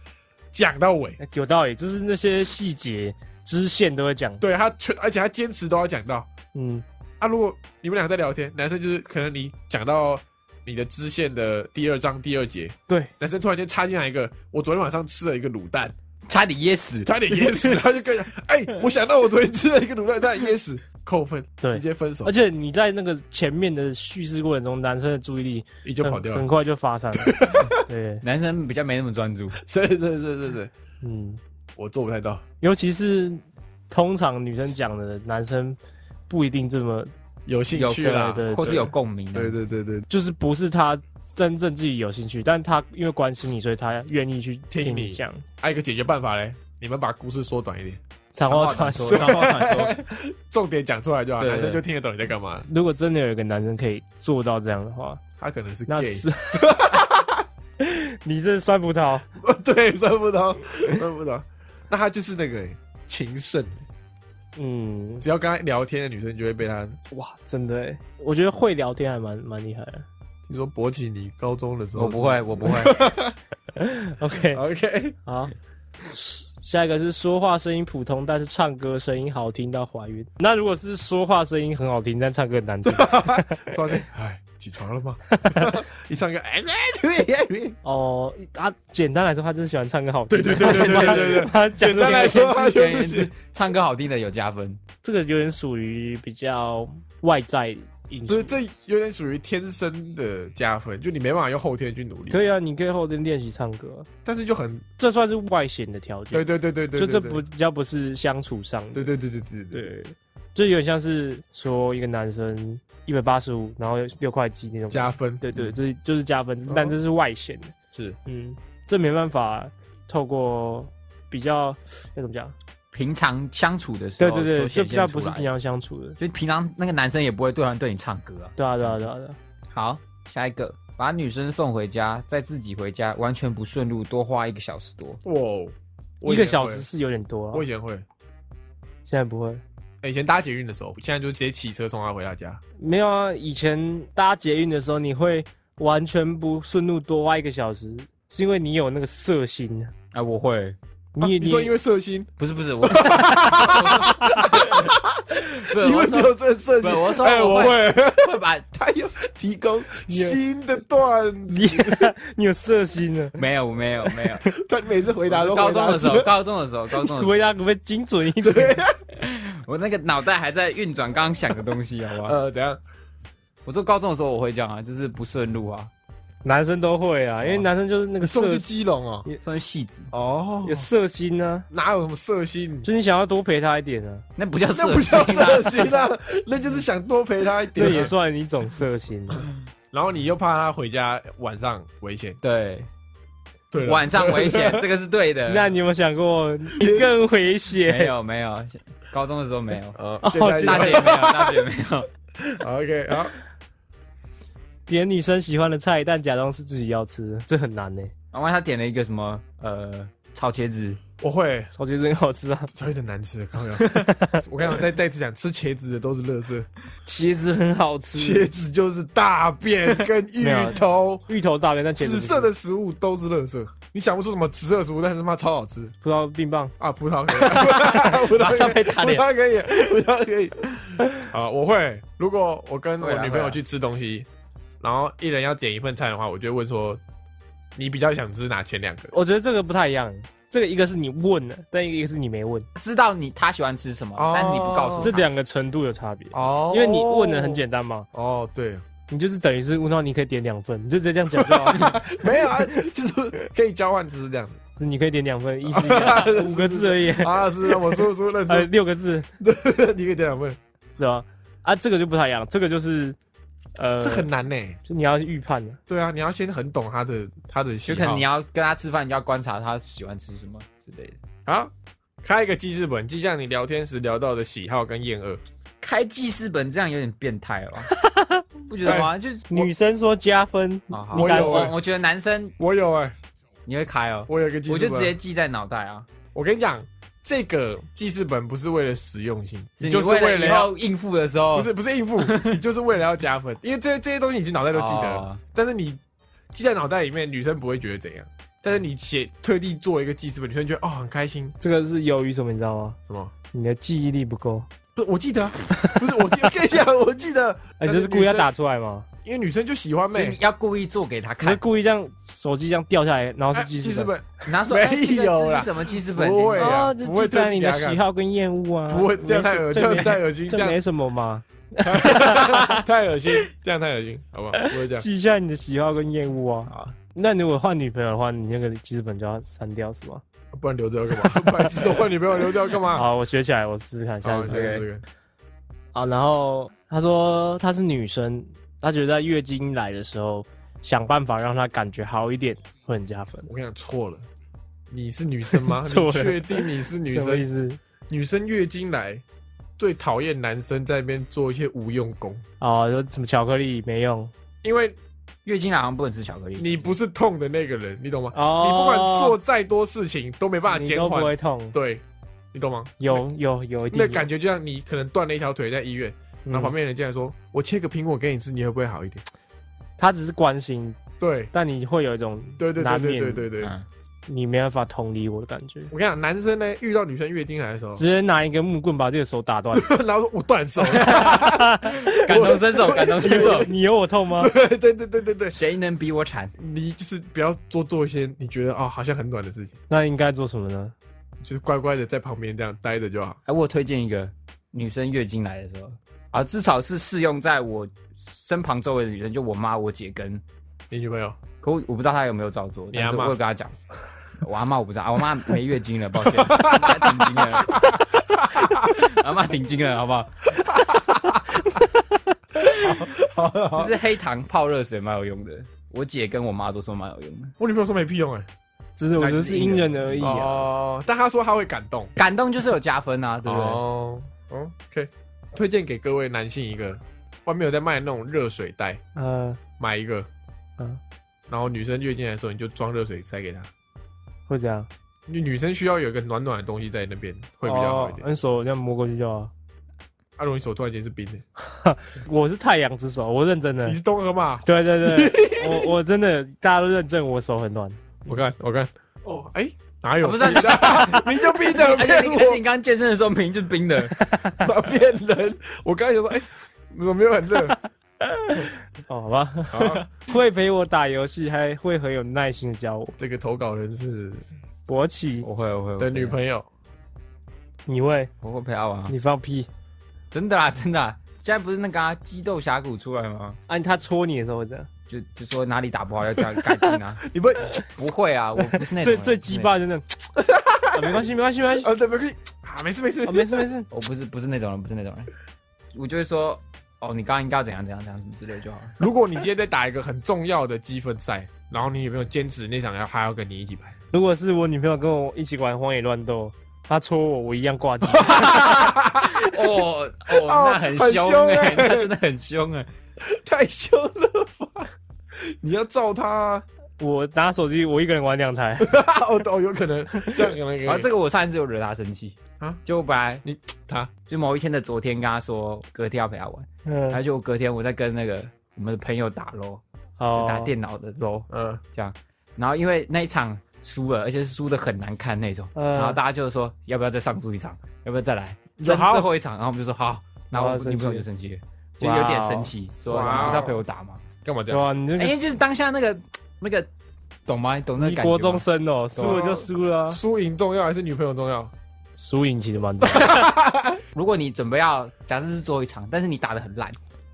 S1: 讲到尾，
S2: 哎有道理，就是那些细节支线都会讲。
S1: 对她全，而且她坚持都要讲到
S2: 嗯，
S1: 啊。如果你们俩在聊天，男生就是可能你讲到你的支线的第二章第二节，
S2: 对，
S1: 男生突然间插进来一个，我昨天晚上吃了一个卤蛋，
S3: 差点噎死。
S1: 差点噎 死，他就跟哎、我想到我昨天吃了一个卤蛋，差点噎死，扣分，
S2: 对
S1: 直接分手
S2: 而，且你在那个前面的叙事过程中，男生的注意力
S1: 你就跑掉
S2: 很嗯很
S1: 了。
S2: 快就发散 了。对，
S3: 男生比较没那么专注，
S1: 是是是是是，
S2: 嗯，
S1: 我做不太到，
S2: 尤其是通常女生讲的，男生不一定这么，
S1: 有兴趣
S3: 有
S1: 啦，
S2: 对对
S3: 或是有共鸣。啊
S1: 对对对对，
S2: 就是不是他真正自己有兴趣，但他因为关心你，所以他愿意去
S1: 听
S2: 听
S1: 你
S2: 你讲。
S1: 还有一个解决办法嘞，你们把故事缩短一点，
S2: 长话短
S3: 说
S2: 说，，
S3: 长话短说。
S1: 重点讲出来就好，
S3: 对对
S1: 男生就听得懂你在干嘛。
S2: 如果真的有一个男生可以做到这样的话，
S1: 他可能是
S2: 那
S1: gay，
S2: 是你这是酸葡萄，
S1: 对，算不到，算不到，那他就是那个欸情圣，
S2: 嗯，
S1: 只要跟他聊天的女生就会被他
S2: 哇，真的欸，我觉得会聊天还蛮蛮厉害的。
S1: 你说博起你高中的时 候，
S3: 我不会，我不会。
S2: OK，
S1: OK，
S2: 好， 下一个是说话声音普通，但是唱歌声音好听到怀孕。那如果是说话声音很好听，但唱歌很难听
S1: 突然间，哎，起床了吗？一上个，哎，
S2: 哦啊，简单来说，他就是喜欢唱歌好听。
S1: 对对对对对对对对，
S2: 他讲
S1: 简单来说，他就
S3: 简言
S1: 是
S3: 之，唱歌好听的有加分。
S2: 这个有点属于比较外在因
S1: 不
S2: 素
S1: 是。这有点属于天生的加分，就你没办法用后天去努力，
S2: 可
S1: 以，
S2: 以啊，你可以后天练习唱歌，
S1: 但是就很
S2: 这算是外显的条件。
S1: 对对对对对，
S2: 就这
S1: 对
S2: 不，比较不是相处上的。
S1: 对对对对对对
S2: 对，就有点像是说一个男生一百八十五，然后六块肌那种。
S1: 加分，
S2: 对对，这就是加分，
S1: 哦
S2: 但这是外显的。
S1: 是
S2: 嗯，这没办法透过比较要怎么讲？
S3: 平常相处的时
S2: 对
S3: 候，
S2: 对对，这
S3: 就
S2: 比较不是平，常相处的。
S3: 就平常那个男生也不会突然对你唱歌啊。
S2: 对啊，对啊，对啊，对啊。
S3: 好，下一个，把女生送回家，再自己回家，完全不顺路，多花一个小时多。
S1: 哇哦，我
S2: 一
S1: 以前
S2: 个小
S1: 会
S2: 时，是有点多啊
S1: 我以，前会，
S2: 现在不会。
S1: 哎以前搭捷运的时候，现在就直接骑车送他回他家，
S2: 没有啊，以前搭捷运的时候，你会完全不顺路多挖一个小时，是因为你有那个色心啊。
S3: 哎、我会，
S1: 啊
S2: 你
S1: 你说因为色心，
S3: 不是 不是我，不
S1: 因为
S3: 是我
S1: 没有
S3: 说
S1: 这色
S3: 不
S1: 心
S3: 是，我说
S1: 哎，
S3: 我
S1: 我
S3: 会
S1: 会，
S3: 会把
S1: 他又提供
S2: 你有
S1: 新的段子，
S2: 你 你有色心啊？
S3: 没有没有没有，
S1: 他每次回答都
S3: 高
S1: 回
S3: 中
S1: 答
S3: 的时候，高中的时候，高
S1: 哦
S3: 中的时候
S2: 回，答可不可以精准一点？
S3: 我那个脑袋还在运转刚刚想的东西，好不好？
S1: 呃，怎样？
S3: 我说高中的时候我会这样啊，就是不顺路啊，
S2: 男生都会啊，因为男生就是那个
S1: 哦送
S2: 色
S1: 去基隆哦，
S3: 算是戏子，
S1: 哦
S2: 有色心啊，
S1: 哪有什么色心？
S2: 就你想要多陪他一点啊，
S3: 那不叫
S1: 那
S3: 色
S1: 不
S3: 心
S1: 叫
S3: 啊，
S1: 色心啦，那就是想多陪他一点
S2: 这
S1: 啊。
S2: 也算一种 色心啊。
S1: 然后你又怕他回家晚上危险，
S3: 对，
S1: 对了
S3: 晚上 危险，这个是对的。
S2: 那你有没有想过，你更危险？
S3: 没有没有，高中的时候没有，
S1: 呃，
S2: 哦
S1: 现在
S2: 是
S3: 大学也没有，大学也没有。
S1: OK，好，
S2: 点女生喜欢的菜，但假装是自己要吃，这很难呢、
S3: 然后他点了一个什么呃炒茄子，
S1: 我会，
S2: 我觉得很好 吃啊，
S1: 有点难吃，刚刚 我刚刚再再次讲，吃茄子的都是垃圾，
S2: 茄子很好 吃，
S1: 茄子就是大便跟芋
S2: 没 有
S1: 头。
S2: 芋头大便，但茄子
S1: 紫
S2: 不
S1: 色的食物都是垃圾，你想不出什么紫色食物，但是他妈超好吃
S2: 葡萄冰棒，
S1: 啊！葡萄 可以，葡萄
S2: 马
S1: 可以
S2: 上被打脸
S1: 葡萄可以，葡萄可以。 啊，我会，如果我跟
S3: 会
S1: 我
S3: 啊
S1: 女朋
S3: 会
S1: 友
S3: 啊
S1: 去吃东西，然后一人要点一份菜的话，我就会问说，你比较想吃哪前两个？
S2: 我觉得这个不太一样。这个一个是你问了，但一个是你没问，
S3: 知道你他喜欢吃什么，
S1: 哦
S3: 但你不告诉他。
S2: 这两个程度有差别。
S1: 哦
S2: 因为你问的很简单嘛，
S1: 哦，对，
S2: 你就是等于是问到你可以点两份，你就直接这样讲就好了。
S1: 没有啊，就是可以交换吃 这样子
S2: 你可以点两份，意思一样五个字而已，
S1: 啊。是啊我叔叔认
S3: 哎
S2: 呃，
S1: 识，
S2: 六个字，
S1: 你可以点两份，
S2: 对吧？啊，这个就不太一样，这个就是呃，
S1: 这很难呢。
S2: 就你要预判的。
S1: 对啊，你要先很懂他的他的喜好，
S3: 就可能你要跟他吃饭，你要观察他喜欢吃什么之类的。
S1: 好，开一个记事本，记下你聊天时聊到的喜好跟厌恶。
S3: 开记事本这样有点变态 了吧，不觉得
S1: 哎
S3: 吗？就是
S2: 女生说加分，
S3: 好好
S2: 你敢
S1: 有
S2: 做
S1: 啊
S3: 我我觉得男生
S1: 我有哎、
S3: 你会开哦，
S1: 我有一个记
S3: 我
S1: 事
S3: 就
S1: 本，
S3: 直接记在脑袋啊，
S1: 我跟你讲，这个记事本不是为了实用性，你就是
S3: 为
S1: 为
S3: 了以
S1: 要
S3: 后应付的时候，
S1: 不是不是应付， 你就是为了要加分，因为这这些东西你已经脑袋都记得了，
S3: 哦
S1: 但是你记在脑袋里面，女生不会觉得怎样。但是你写特地做一个记事本，女生觉得哦很开心。
S2: 这个是由于什么，你知道吗？
S1: 什么？
S2: 你的记忆力不够，
S1: 不是我记得啊， 不是我记得，跟你讲，我记得。
S2: 哎，你
S1: 但
S2: 这是故意要
S1: 女生，
S2: 打出来吗？
S1: 因为女生就喜欢
S3: 就是
S1: 呗哎
S3: 你。要故意做给他
S2: 你是
S3: 看。
S2: 故意这样手机这样掉下来，然后
S1: 哎
S2: 是记事本？
S1: 本
S3: 你拿说，
S1: 没
S3: 哎，这个
S1: 有
S3: 这
S1: 啦
S3: 是什么记事本？
S1: 不会
S3: 你
S1: 啊，
S2: 哦，就
S1: 不会
S2: 记在
S1: 这
S2: 你的喜好跟厌恶啊，
S1: 不会这样太恶，
S2: 没事
S1: 这样
S2: 没
S1: 太恶心，这
S2: 这
S1: 样
S2: 没什么嘛，
S1: 太恶心，这样 太恶心，好不好？不会这样。
S2: 记一下你的喜好跟厌恶啊。
S3: 啊，
S2: 那如果换女朋友的话，你那个记事本就要删掉是吗？
S1: 不然留着要干嘛？ 不然自动换女朋友留着要干嘛？
S2: 好，我学起来，我试试看下
S1: 好，
S2: 一
S1: 这
S2: 次。
S1: 个这个，
S2: 啊，然后她说她是女生，她觉得在月经来的时候想办法让她感觉好一点会很加分。？
S1: 我跟你讲错了，你是女生吗
S2: 错
S1: 你
S2: 了
S1: 确定你是女
S2: 什么意
S1: 生？
S2: 思？
S1: 女生月经来最讨厌男生在那边做一些无用功，
S2: 哦，说什么巧克力没用
S1: 因为
S3: 月经来好像不能吃巧克力。
S1: 你不是痛的那个人，你懂吗？
S2: 哦，
S1: 你不管做再多事情都没办法
S2: 你
S1: 减
S2: 都不
S1: 缓，
S2: 会痛。
S1: 对，你懂吗？
S2: 有有有一定嗯
S1: 那
S2: 有，
S1: 感觉就像你
S3: 嗯
S1: 可能断了一条腿在医院，然后旁边人进来说：“我切个苹果给你吃，你会不会好一点？”
S2: 他只是关心，
S1: 对
S2: 但你会有一种
S1: 对对对
S2: 难
S1: 对
S2: 免
S1: 对对对。
S3: 嗯，
S2: 你没办法同理我的感觉，
S1: 我跟你讲，男生呢遇到女生月经来的 时候，
S2: 直接拿一根木棍把这个手打断。，
S1: 然后说我断手了，
S3: 感同身受，感同身受
S2: 你有我痛吗？
S1: 对对对对对对，
S3: 谁能比我惨？
S1: 你就是不要多做一些你觉得啊、好像很暖的事情，
S2: 那应该做什么呢？
S1: 就是乖乖的在旁边这样待着就好。
S3: 哎，我推荐一个女生月经来的时候啊，至少是适用在我身旁周围的女生，就我妈、我姐跟。
S1: 你女朋友，
S3: 可我我不知道她有没有照做，
S1: 你
S3: 但
S1: 阿
S3: 是
S1: 嬷
S3: 我有跟她讲。 我阿妈我不知道，啊我妈没月经了，抱歉，她停经了， 阿妈停经了，好不好？就是黑糖泡热水蛮有用的，我姐跟我妈都说蛮有用的，
S1: 我女朋友说没屁用哎、
S2: 就是我觉得是因人而
S3: 哎
S2: 异啊。
S1: 哦，但她说她会感动，
S3: 感动就是有加分啊，对不对？
S1: 哦哦，OK，推荐给各位男性一个，外面有在卖那种热水袋，
S2: 嗯，
S1: 买一个，
S2: 嗯
S1: 然后女生月经来的时候你就装热水塞给她，
S2: 会这样
S1: 女女生需要有一个暖暖的东西在那边会比较好一
S2: 哦，
S1: 点。
S2: 用手这样摸过去就好。
S1: 阿龙，你手突然间是冰的，
S2: 我是太阳之手，我认真的
S1: 你。是东河嘛？
S2: 对对对， 我我真的大家都认证我手很暖。
S1: 我看，我看，哦，哎、哪有？
S3: 啊不是啊
S1: 你就冰 的
S3: 而且
S1: 骗
S3: 你而且
S1: 我
S3: 你刚刚健身的时候明明就是冰的，
S1: 骗人！我刚才想说，哎、怎么没有很热？
S2: 哦，好吧，
S1: 好，
S2: 会陪我打游戏，还会很有耐心的教我。
S1: 这个投稿人是
S2: 勃起，
S3: 我会我会
S1: 的女
S3: 友，
S1: 朋友，
S2: 你会，
S3: 我会陪阿王啊，
S2: 你放屁。
S3: 真的啦 真的啦，现在不是那个啊激斗峡谷出来吗？
S2: 啊，他戳你的时候会这样，
S3: 就就说哪里打不好要这样改进 啊，
S1: 你不
S3: 不会啊，我不是那种
S2: 最
S3: 人
S2: 最鸡巴，的那种。 啊没关系，没关系，没 关系。
S1: 啊，对，没关系啊，没事没事
S2: 啊，没事没事。
S3: 我不是不是那种人，不是那种人，我就会说哦，你刚刚应该要怎样怎样怎样什么之类就好了。
S1: 如果你今天在打一个很重要的积分赛，然后你女朋友坚持那场要还要跟你一起拍，
S2: 如果是我女朋友跟我一起玩荒野乱斗，她戳我，我一样挂机。
S3: 哦 哦，那很凶
S1: 很凶
S3: 哎、
S1: 欸
S3: 那真的很凶哎、
S1: 太凶了吧？你要照他啊，
S2: 我拿手机，我一个人玩两台。
S1: 哦哦，有可 能这样可能可以。
S2: 啊
S3: 然后这个我上一次有惹他生气
S1: 啊，
S3: 就我本来
S1: 你他
S3: 就某一天的昨天跟他说隔天要陪他玩，然后
S2: 嗯，
S3: 就我隔天我在跟那个我们的朋友打 LO，、
S2: 好，
S3: 打电脑的 LO
S1: 嗯，
S3: 这样，然后因为那一场输了，而且是输的很难看那种，
S2: 嗯
S3: 然后大家就说要不要再上诉一场，要不要再来
S1: 你说
S3: 争
S1: 好
S3: 最后一场，然后我们就说好，然后
S2: 哇
S3: 我
S2: 生气
S3: 女朋友就生气了，就
S2: 哇哦
S3: 有点生气，说
S1: 哇哦
S3: 你不是要陪我打吗？
S1: 干嘛这
S2: 对
S1: 样？
S2: 啊，你这
S3: 哎
S2: 个
S3: 因为就是当下那个那个，懂吗？你懂那个
S2: 你
S3: 感觉吗
S2: 国中生哦，输了就输了啊，
S1: 输赢重要还是女朋友重要？
S2: 输赢其实蛮重要。
S3: 如果你准备要假设是最后一场，但是你打的很烂，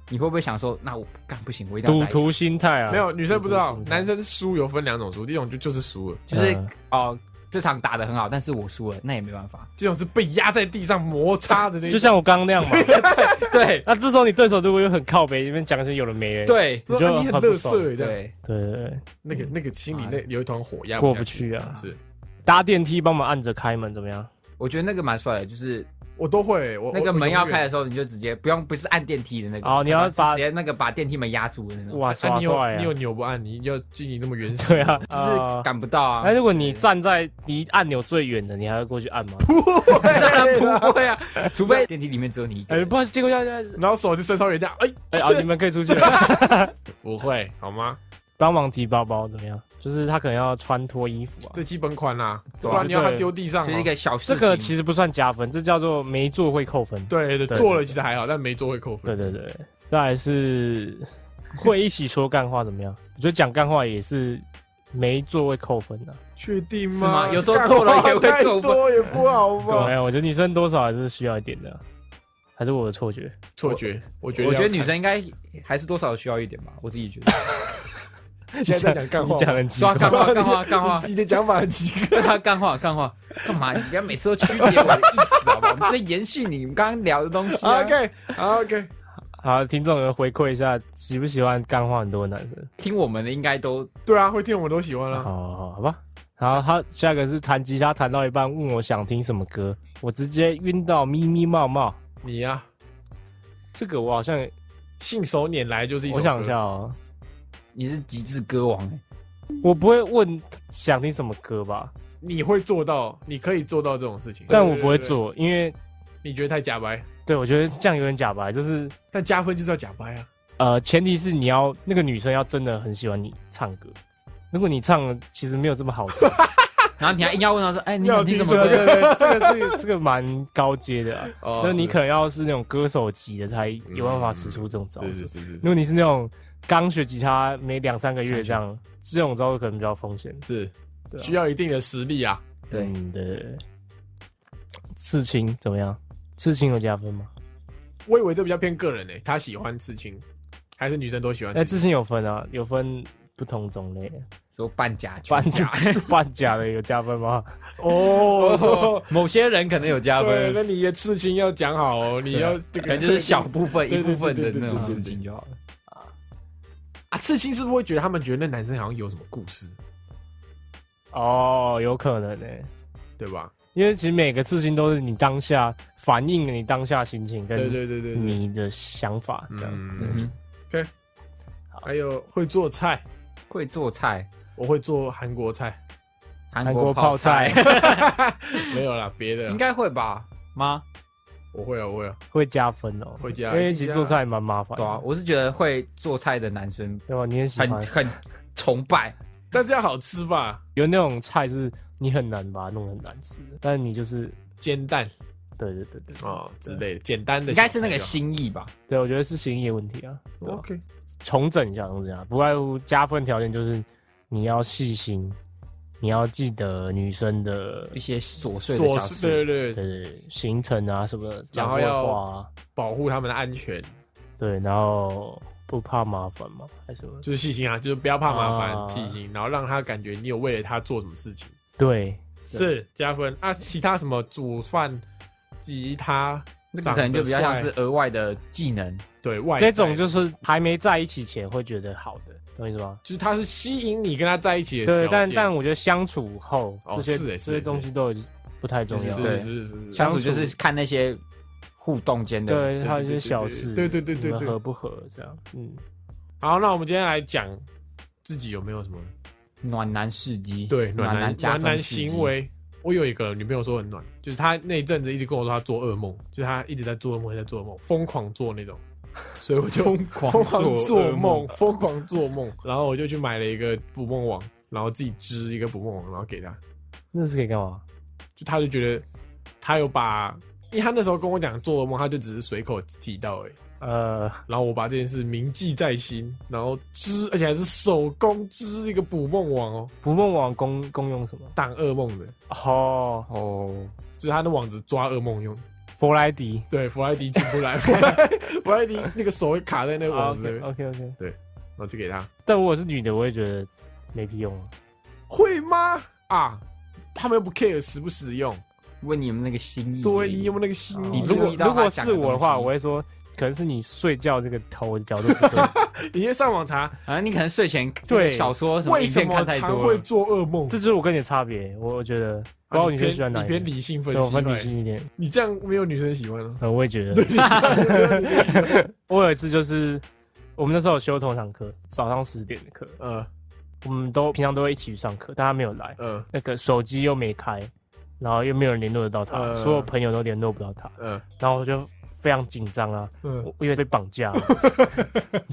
S3: 你会不会想说，那我干不行，我一定
S2: 赌
S3: 要再一场
S2: 徒心态啊，
S1: 没有，女生不知道
S2: 赌徒，心态
S1: 男生输有分两种输，第一种就就是输了，
S3: 就是、
S2: 嗯
S3: 哦，这场打的很好，但是我输了，那也没办法。
S1: 这种是被压在地上摩擦的那种，
S2: 就像我刚刚那样嘛。
S3: 对
S2: 那这时候你对手如果又很靠北，这边讲一些有的没的，
S3: 对
S1: 说
S2: 你就
S1: 啊你很
S2: 很
S1: 乐
S2: 不爽
S1: 色这样，
S3: 对，
S2: 对对对，
S1: 那个那个心里那有一团火压
S2: 过
S1: 不
S2: 不
S1: 下
S2: 去啊
S1: 是
S2: 搭电梯帮忙按着开门怎么样？
S3: 我觉得那个蛮帅的，就是
S1: 我都会，我
S3: 那个门要开
S1: 始，
S3: 的时候，你就直接不用不是按电梯的那个
S2: 哦你要
S3: 是
S2: 把
S3: 直接那个把电梯门压住的那种，
S2: 哇，
S1: 啊
S2: 刷
S1: 你有
S2: 帅
S1: 你有
S2: 啊！
S1: 扭不按，你要距离那么远，
S2: 对啊，
S3: 就是
S2: 啊。
S3: 赶不到啊。
S2: 那如果你站在离按钮最远的，你还要过去按吗？
S3: 当然不会啊，除非电梯里面只有你一个
S2: 哎，
S3: 人。
S2: 不好意思，结果要要要
S1: 然后手就伸超远这样，哎，
S2: 哎啊，你们可以出 去了，
S1: 不会好吗？
S2: 帮忙提包包怎么样？就是他可能要穿脱衣服啊。
S1: 最基本款啦，不
S3: 对啊
S1: 然你要他丢地上
S3: 就
S1: 哦，
S3: 是一个小事
S2: 这
S3: 情，
S2: 个其实不算加分，这叫做没做会扣分。
S1: 对对对，
S2: 对
S1: 做了其实还好，但没做会扣
S2: 对
S1: 分。
S2: 对对，再来是会一起说干话怎么样？ 我觉得讲干话也是没做会扣 分的、啊。
S1: 确定
S3: 是吗有时候
S1: 干
S3: 做了
S1: 话
S3: 也会
S1: 太
S3: 扣分
S1: 多也不好
S2: 对
S1: 吧？
S2: 啊，我觉得女生多少还是需要一点的啊，还是我的错觉。
S1: 错觉，我觉得
S3: 我觉得
S1: 要
S3: 女生应该还是多少需要一点吧，我自己觉得。
S1: 现在在讲干话
S2: 你讲得很奇
S3: 对
S2: 怪。
S3: 啊，干话干话干 话，
S1: 你的讲法很奇怪。
S3: 对啊，干话干话，干嘛？你不要每次都曲解我的意思好不好？我们在延续你们刚刚聊的东 西、啊。
S1: OK OK，
S2: 好，听众们回馈一下，喜不喜欢干话很多的男生？
S3: 听我们的应该都
S1: 对啊，会听我们都喜欢
S2: 好
S1: 啊。
S2: 好好好吧。然后他下一个是弹吉他弹到一半，问我想听什么歌，我直接晕到咪咪冒冒。
S1: 你啊，
S2: 这个我好像，
S1: 信手拈来就是一首
S2: 我
S1: 歌。
S2: 想一下哦，
S3: 你是极致歌王、欸，
S2: 我不会问想听什么歌吧，
S1: 你会做到，你可以做到这种事情，
S2: 但我不会
S1: 对。
S2: 做，因
S1: 对对
S2: 为
S1: 对你觉得太假白？
S2: 对我觉得这样有点假白，就是
S1: 但加分就是要假掰啊！
S2: 呃，前提是你要那个女生要真的很喜欢你唱歌。如果你唱了其实没有这么好听，
S3: 然后你还 硬要问他说：“哎、你想听什么
S2: 对
S3: 歌
S2: 对对，这个这个这个蛮高阶的、啊，
S1: 哦
S2: 那你
S1: 是嗯
S2: 可能要是那种歌手级的才有办法使出这种招数。
S1: 是是是是
S2: 如果你是那种刚学吉他没两三个月这样，这种招可能比较风险。
S1: 是
S2: 对
S1: 是，
S2: 啊
S1: 需要一定的实力啊。？”
S3: 对，
S2: 嗯对对对。刺青怎么样？刺青有加分吗？
S1: 我以为这比较偏个人诶、他喜欢刺青，还是女生都喜欢
S2: 哎、
S1: 刺
S2: 刺
S1: 青？
S2: 青有分啊，有分不同种类，
S3: 说半假全
S2: 半假 半假的有加分吗？
S1: 哦，
S3: 某些人可能有加
S1: 对，
S3: 分，
S1: 那你的刺青要讲好哦，你要这
S3: 可
S1: 个
S3: 能啊就是小部分
S1: 对对
S3: 一
S1: 对
S3: 部分的
S1: 对对
S3: 那种
S1: 对对
S3: 事情就好了。
S1: 啊，刺青是不是会觉得他们觉得那男生好像有什么故事，
S2: 哦，有可能呢、
S1: 对吧？
S2: 因为其实每个刺青都是你当下反映你当下心情
S1: 对
S2: 跟
S1: 对对对对，
S2: 你的想法这样。
S1: 嗯
S3: 嗯哼，
S1: 还有会做菜，
S3: 会做菜，
S1: 我会做韩国 菜，
S3: 韩
S2: 韩国
S3: 泡
S2: 泡菜
S1: 没有啦，别的啦
S3: 应该会吧？吗？
S1: 我会啊，我会啊，
S2: 会加分哦，
S1: 会加
S2: 因为其实做菜蛮麻烦的，
S3: 对啊，我是觉得会做菜的男生
S2: 对吧？你很喜
S3: 很
S2: 欢，
S3: 很崇拜，
S1: 但是要好吃吧？
S2: 有那种菜是你很难把它弄得很难吃，但是你就是，
S1: 煎蛋
S2: 对对对对，
S1: 哦之类的，简单的
S3: 应该是那个
S1: 小
S3: 心意吧？
S2: 对我觉得是行业问题啊，
S1: 菜就好哦 OK，
S2: 重整一下，重整一下，不外乎加分条件就是你要细心，你要记得女生的
S3: 一些琐碎的
S1: 琐
S3: 小
S1: 事
S3: 事，
S1: 对对对，
S2: 对行程啊什么的，
S1: 然
S2: 讲
S1: 后
S2: 过的
S1: 要
S2: 话啊，
S1: 保护他们的安全，
S2: 对，然后不怕麻烦嘛，还是什么？
S1: 就是细心啊，就是不要怕麻
S2: 啊
S1: 烦，细心，然后让他感觉你有为了他做什么事情，
S2: 对，
S1: 是加分啊。其他什么煮饭、吉他，
S3: 那个可能就比较像是
S1: 长得帅
S3: 额外的技能。
S1: 对外在
S2: 这种就是还没在一起前会觉得好的，懂我意思吗？
S1: 就是他是吸引你跟他在一起的条
S2: 对
S1: 件，，
S2: 但但我觉得相处后
S1: 哦
S2: 这些
S1: 是欸
S2: 这
S1: 是欸
S2: 些东
S1: 是
S2: 西都不太重
S1: 是
S2: 要，
S1: 是
S3: 对
S1: 是是是是
S3: 相处就是看那些互动间的，
S2: 对，
S1: 对
S2: 还有一
S1: 对对
S2: 些小
S1: 对
S2: 事，
S1: 对对对对
S2: 你们
S1: 对
S2: 合不合这样，嗯，
S1: 好，那我们今天来讲自己有没有什么
S3: 暖男事迹，
S1: 对
S3: 暖
S1: 男
S3: 加
S1: 暖
S3: 分
S1: 男
S3: 事迹
S1: 行，为。我有一个女朋友说很暖，就是她那一阵子一直跟我说她做噩梦，就是她一直在做噩梦，一直在做噩梦，疯狂做那种，所以我就疯
S3: 狂
S1: 疯 狂
S3: 做
S1: 做
S3: 噩
S1: 梦，疯狂做梦。然后我就去买了一个捕梦网，然后自己织一个捕梦网，然后给她，
S2: 那是可以干嘛？
S1: 就她就觉得她有把，因为她那时候跟我讲做噩梦，她就只是随口提到而已。
S2: 呃，
S1: 然后我把这件事铭记在心，然后织，而且还是手工织一个捕梦网哦，
S2: 捕梦网公公用什么？
S1: 挡噩梦的，
S2: 哦，
S3: 哦，
S1: 就是他的网子抓噩梦用。
S2: 佛莱迪。
S1: 对，弗莱迪进不来，弗莱弗莱迪那个手会卡在那个网子那边，然
S2: OK OK，
S1: 后就给他。
S2: 啊但如果是女的，我会觉得没屁用啊。
S1: 会吗？啊，他们又不 care 实不实用，
S3: 问你们那个心意，
S1: 对你有没有那个心
S3: 哦
S1: 意？
S3: 你
S2: 如果
S3: 注意到
S2: 如
S3: 她
S2: 果
S3: 讲
S2: 是
S3: 的
S2: 我的
S3: 东
S2: 话，
S3: 西
S2: 我会说，可能是你睡觉这个头的角度 不对，
S1: 你先上网查
S3: 啊，你可能睡前
S2: 对
S3: 小说什么
S1: 为
S3: 影
S1: 什
S3: 片
S1: 么
S3: 看太
S1: 常
S3: 多
S1: 会
S3: 了，
S1: 做噩梦
S2: 这。就是我跟你的差别。我我觉得，不
S1: 啊
S2: 知道
S1: 你
S2: 女生喜欢
S1: 偏你
S2: 哪一个
S1: 偏，理性分
S2: 对我
S1: 析
S2: 分理
S1: 派，
S2: 性一点。
S1: 你这样没有女生喜欢哦 了。
S2: 呃，我也觉得，我有一次就是我们那时候有修同堂课，早上十点的课，
S1: 呃
S2: 我们都平常都会一起去上课，但他没有来，
S1: 呃
S2: 那个手机又没开，然后又没有人联络得到他，
S1: 嗯
S2: 所有朋友都联络不到他，
S1: 呃
S2: 然后我就非常紧张啊，
S1: 呃
S2: 我我以为被绑 架了，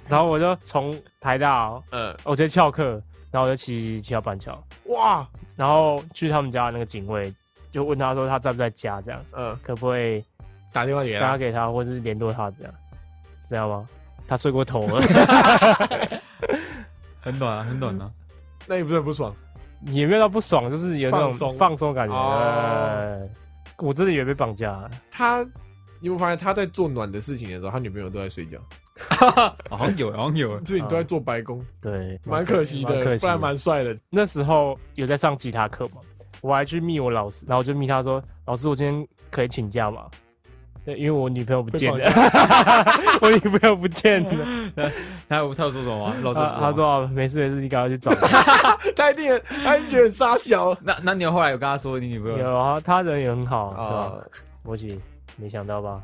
S2: 然后我就从台大哦、
S1: 呃，
S2: 我直接翘课，然后我就骑骑到板桥，
S1: 哇，
S2: 然后去他们家的那个警卫就问他说他在不在家，这样
S1: 呃，
S2: 可不可以
S1: 打电话给
S2: 打
S1: 他，
S2: 给他，或是联络他这样，知道吗？他睡过头了，
S3: 很暖啊，很暖啊，
S1: 那你不是很不爽？
S2: 也没有到不爽，就是有那
S1: 放松
S2: 种放松感觉。
S1: 哦
S2: 呃我真的以为被绑架了，
S1: 他，你有没有发现他在做暖的事情的时候，他女朋友都在睡觉，
S2: 嗯
S3: 哦好像有，好像 有，
S1: 所以你都在做白工，
S2: 对，
S1: 蛮可惜
S2: 嗯蛮
S1: 的，
S2: 可惜
S1: 不然蛮帅的。
S2: 那时候有在上吉他课嘛，我还去密我老师，然后我就密他说：“老师，我今天可以请假吗？”对，因为我女朋友不见了
S1: 被，
S2: 我女朋友不见了。
S3: 那我他有说什么啊？老师
S2: 他他
S3: 什么，
S2: 说、啊：“没事没事，你赶快去找。
S1: 他一定，他一定觉得很傻小
S3: 那那你有后来有跟他说你女朋”友
S2: 有啊，他人也很好，对吧？
S1: 啊！
S2: 我姐，没想到吧？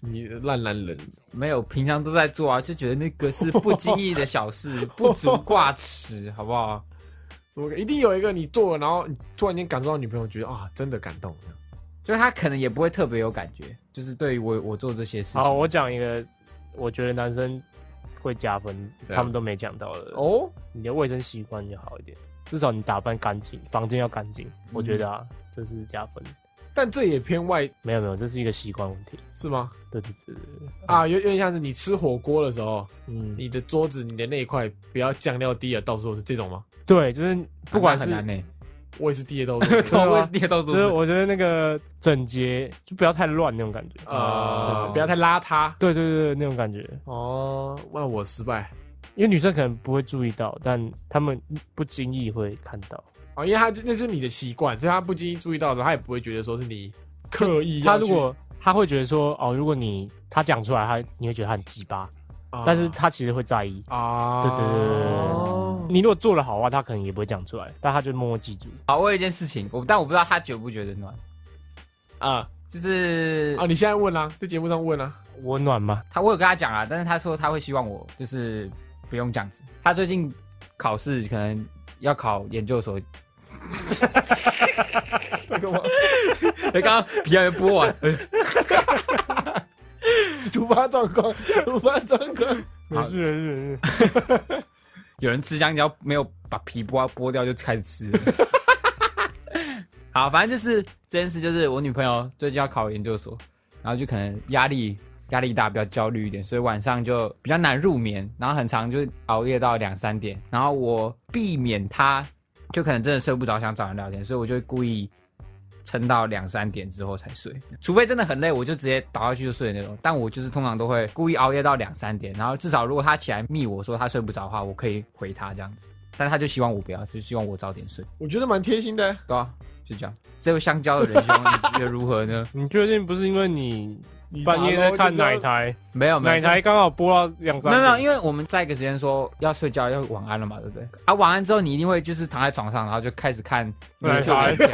S1: 你烂男人，
S3: 没有？平常都在做啊，就觉得那个是不经意的 小事，不足挂齿，好不好？
S1: 怎么可一定有一个你做了，然后你突然间感受到女朋友觉得啊，真的感动。
S3: 就是他可能也不会特别有感觉，就是对于我我做这些事情，
S2: 好，我讲一个，我觉得男生会加分，
S1: 对啊
S2: 他们都没讲到的。
S3: 哦，
S2: 你的卫生习惯就好一点，至少你打扮干净，房间要干净，我觉得啊，这是加分。
S1: 但这也偏外
S2: 没有没有，这是一个习惯问题。
S1: 是吗？
S2: 对对对对对，
S1: 啊，有有点像是你吃火锅的时候，
S2: 嗯，
S1: 你的桌子、你的那一块不要酱料滴的到处都是这种吗？
S2: 对，就是不管是
S3: 很难呢，
S1: 我也是滴的到处都是
S2: 对啊
S3: 我也是跌到
S2: 就是
S3: 处
S2: 我觉得那个整洁就不要太乱那种感觉
S1: 呃，
S2: 对
S1: 不要太邋遢
S2: 对对对对那种感觉，
S1: 哦。那我失败
S2: 因为女生可能不会注意到，但她们不经意会看到。
S1: 哦，因为他就那是你的习惯，所以他不经意注意到的时候，他也不会觉得说是你刻意要
S2: 她
S1: 去。
S2: 如果她会觉得说哦，如果你她讲出来，她你会觉得她很鸡巴，
S1: 啊，
S2: 但是她其实会在意。
S1: 啊，
S2: 对对对对对对你如果做的好啊，她可能也不会讲出来，但她就默默记住。
S3: 好，我有一件事情，我但我不知道他觉不觉得暖，
S1: 啊
S3: 就是
S1: 啊！你现在问啦、在节目上问啊啦、
S2: 温暖吗？
S3: 他我有跟他讲啊，但是他说他会希望我就是不用这样子。他最近考试可能要考研究所，
S1: 那个吗？
S3: 哎，刚刚皮还没播完，哎
S1: 是突发状况， 突发状况。
S3: 好
S2: 是是是，
S3: 有人吃香蕉没有把皮剥剥掉就开始吃了。好，反正就是这件事，就是我女朋友最近要考研究所，然后就可能压力压力大，比较焦虑一点，所以晚上就比较难入眠，然后很长就熬夜到两三点，然后我避免她就可能真的睡不着，想找人聊天，所以我就会故意撑到两三点之后才睡，除非真的很累，我就直接倒下去就睡的那种。但我就是通常都会故意熬夜到两三点，然后至少如果他起来密我说他睡不着的话，我可以回他这样子。但他就希望我不要，就希望我早点睡，
S1: 我觉得蛮贴心的。
S3: 对啊，就这样。这位香蕉的仁兄，你觉得如何呢？
S2: 你确定不是因为你
S1: 你
S2: 半夜在看
S1: 打
S2: 奶
S1: 咯就是
S2: 台？
S3: 没有，没有
S2: 奶台刚好播到两
S3: 啊没
S2: 张，
S3: 有没有，因为我们在一个时间说要睡觉要晚安了嘛，对不对？啊，晚安之后你一定会就是躺在床上，然后就开始看
S2: 奶
S3: YouTube
S2: 台
S3: 影片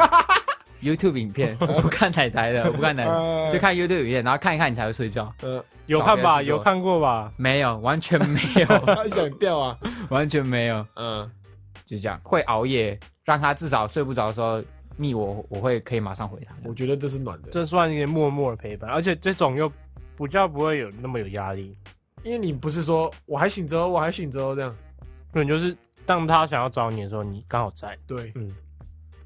S3: YouTube 影片， 我不看奶台的，我不看奶台，
S1: 呃
S3: 就看 YouTube 影片，然后看一看你才会睡觉。
S1: 呃，
S2: 有看
S3: 找别
S2: 吧？
S3: 的事做
S2: 有看过吧？
S3: 没有，完全没 有，
S1: 他想掉啊，
S3: 完全没有，
S1: 嗯，
S3: 就这样。会熬夜，让他至少睡不着的时候密我，我会可以马上回他。
S1: 我觉得这是暖的，
S2: 这算一个默默的陪伴，而且这种又比较不会有那么有压力。
S1: 因为你不是说我还醒着哦，我还醒着哦这样。
S2: 可能就是当他想要找你的时候，你刚好在。
S1: 对，
S2: 嗯，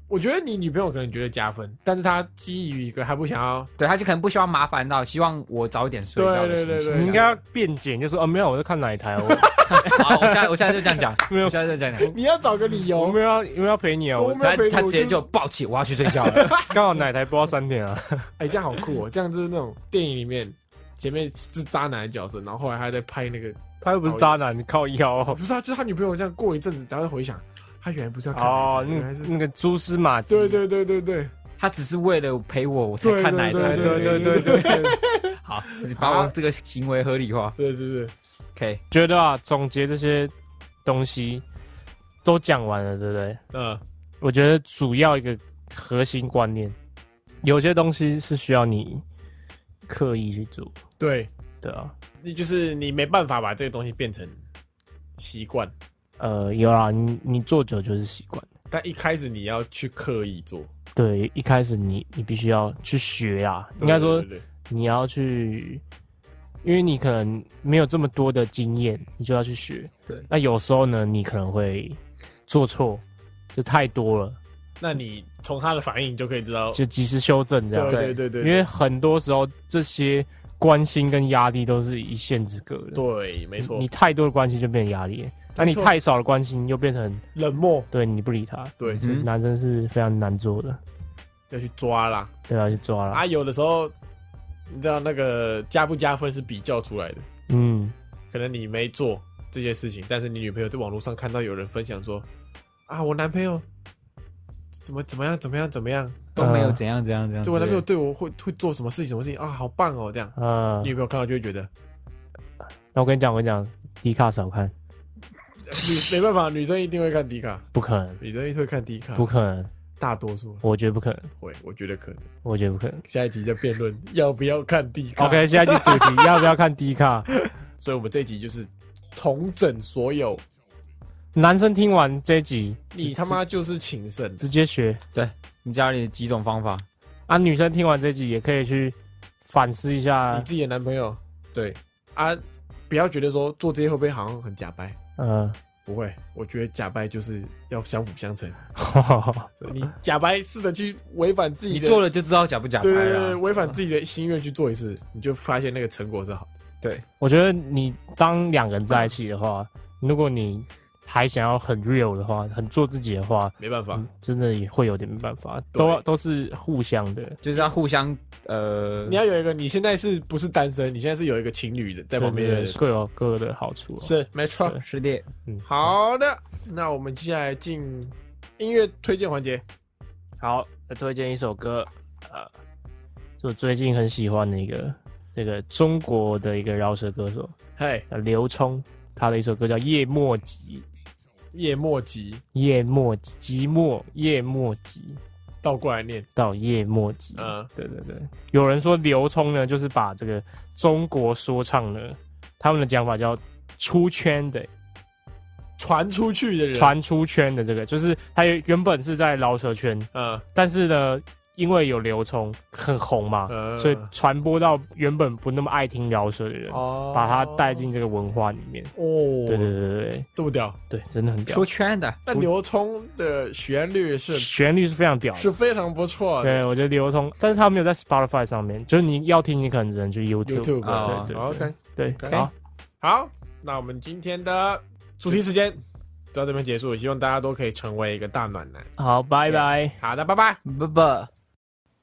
S1: 我觉得你女朋友可能觉得加分，但是她基于一个还不想要，
S3: 对，他就可能不希望麻烦到，希望我早一点睡觉的
S1: 对
S3: 心
S1: 对
S3: 情。
S1: 对
S2: 你应该要辩解，就说哦没有，我在看哪一台， 我
S3: 好，我现在我现在就这样讲，
S2: 没有
S3: 我现在就这样 讲。
S1: 你要找个理
S2: 我
S1: 由
S2: 没。有要，因为要陪你啊，
S1: 我
S2: 我
S1: 没有
S3: 他
S1: 陪你
S3: 他
S1: 我
S3: 直接
S1: 就
S3: 就抱起，我要去睡觉了。
S2: 刚好哪一台播到三点啊。
S1: 哎、这样好酷哦，这样就是那种电影里面前面是渣男的角色，然后后来他在拍那个，
S2: 他又不是渣男，你靠腰
S1: 哦，
S2: 哦
S1: 不是啊，就是他女朋友这样过一阵子，然后回想，他原来不是要看
S2: 哦，
S1: 原
S2: 那
S1: 来是
S2: 个那个蛛丝马迹。
S1: 对对对对对，
S3: 他只是为了陪我，我才看奶
S2: 对
S3: 台的。
S2: 对对对对，
S3: 好，你把我这个行为合理化。
S1: 对对对，
S3: OK，
S2: 觉得啊，总结这些东西都讲完了，对不对？
S1: 呃，
S2: 我觉得主要一个核心观念，有些东西是需要你刻意去做，
S1: 对，
S2: 对啊。
S1: 那就是你没办法把这个东西变成习惯，
S2: 呃，有啦，你你做久就是习惯。
S1: 但一开始你要去刻意做，
S2: 对，一开始你你必须要去学啊，
S1: 对
S2: 应该说
S1: 对对对
S2: 你要去，因为你可能没有这么多的经验，你就要去学。
S3: 对，
S2: 那有时候呢，你可能会做错，就太多了，
S1: 那你从他的反应就可以知道，
S2: 就及时修正这样
S1: 哦对。对
S3: 对
S1: 对对，
S2: 因为很多时候这些关心跟压力都是一线之隔的。
S1: 对，没错
S2: 你，太多的关心就变成压力了，那你
S1: 没错
S2: 太少的关心又变成
S1: 冷漠，
S2: 对你不理他，
S1: 对，
S3: 嗯
S2: 男生是非常难做的，
S1: 要去抓啦。
S2: 对啊，去抓了，
S1: 啊，有的时候你知道那个加不加分是比较出来的，
S2: 嗯，
S1: 可能你没做这些事情，但是你女朋友在网络上看到有人分享说，啊，我男朋友怎么怎么样怎么样怎么样，
S3: 都没有怎样怎样怎样。
S1: 就我男朋友嗯对我会会做什么事情什么事情啊，好棒哦，这样，
S2: 呃，
S1: 女朋友看到就会觉得
S2: 那我跟你讲，我跟你讲，迪卡少看，
S1: 没没办法，女生一定会看迪卡，
S2: 不可能，
S1: 女生一定会看迪卡
S2: 不，可能，
S1: 大多数
S2: 我觉得不可能，
S1: 会，我觉得可能。
S2: 我觉得不可能。
S1: 下一集就辩论要不要看迪卡
S2: OK，下一集主题要不要看 迪卡？
S1: 所以我们这一集就是重整所有，
S2: 男生听完这一集，
S1: 你他妈就是情圣，
S2: 直接学
S3: 对，你教你几种方法。
S2: 啊！女生听完这一集也可以去反思一下
S1: 你，自己的男朋友，对啊，不要觉得说做这些会不会好像很假掰，
S2: 嗯，
S1: 不会，我觉得假掰就是要相辅相成。
S2: 哈
S1: 所以你假掰试着去违反自己
S3: 你
S1: 的，
S3: 做了就知道假不假牌
S1: 对对对对，
S3: 了。啊
S1: 违反自己的心愿去做一次，你就发现那个成果是好的。
S3: 对，
S2: 我觉得你当两个人在一起的话，如果你还想要很 real 的话，很做自己的话，
S1: 没办法，
S2: 嗯真的也会有点没办法，
S1: 对
S2: 都都是互相的。
S3: 就是要互相呃
S1: 你，要有一个，你现在是不是单身？你现在是有一个情侣的在
S2: 对
S1: 旁边
S2: 对
S1: 的
S2: 对
S1: 人，
S2: 各有各的好处、哦。
S1: 是啊没错
S2: 对。
S3: 呃是的，
S1: 好的，那我们接下来进音乐推荐环节。
S2: 好，来推荐一首歌，呃，是我最近很喜欢的一个这个中国的一个饶舌歌手
S1: 嘿，
S2: 呃刘聪，他的一首歌叫《夜幕集》，
S1: 夜莫集
S2: 夜幕集寂寞，夜幕集
S1: 倒过来念，
S2: 到夜幕集。
S1: 嗯，
S2: 对对对，有人说刘聪呢，就是把这个中国说唱呢，他们的讲法叫出圈的，
S1: 传出去的人，，
S2: 传出圈的这个，就是他原本是在饶舌圈，
S1: 嗯
S2: 但是呢，因为有刘聪很红嘛，
S1: 嗯，
S2: 所以传播到原本不那么爱听饶舌的人，
S1: 哦，
S2: 把他带进这个文化里面。
S1: 哦，
S2: 对对对对对
S1: 这么屌。
S2: 对，真的很屌
S3: 说，圈的，
S1: 但刘聪的旋律是
S2: 旋律是非常屌
S1: 是
S2: 的。
S1: 非常不错的
S2: 对，我觉得刘聪，但是他没有在 Spotify 上面，就是你要听，你可能只能去 YouTube。
S1: ，YouTube 哦
S3: 啊
S2: 对对对
S1: OK，
S2: 对，
S1: OK
S2: 好，
S1: 好，那我们今天的主题时间就到这边结束，希望大家都可以成为一个大暖男。
S2: 好，拜拜。
S1: 好的，拜拜。
S3: 不不。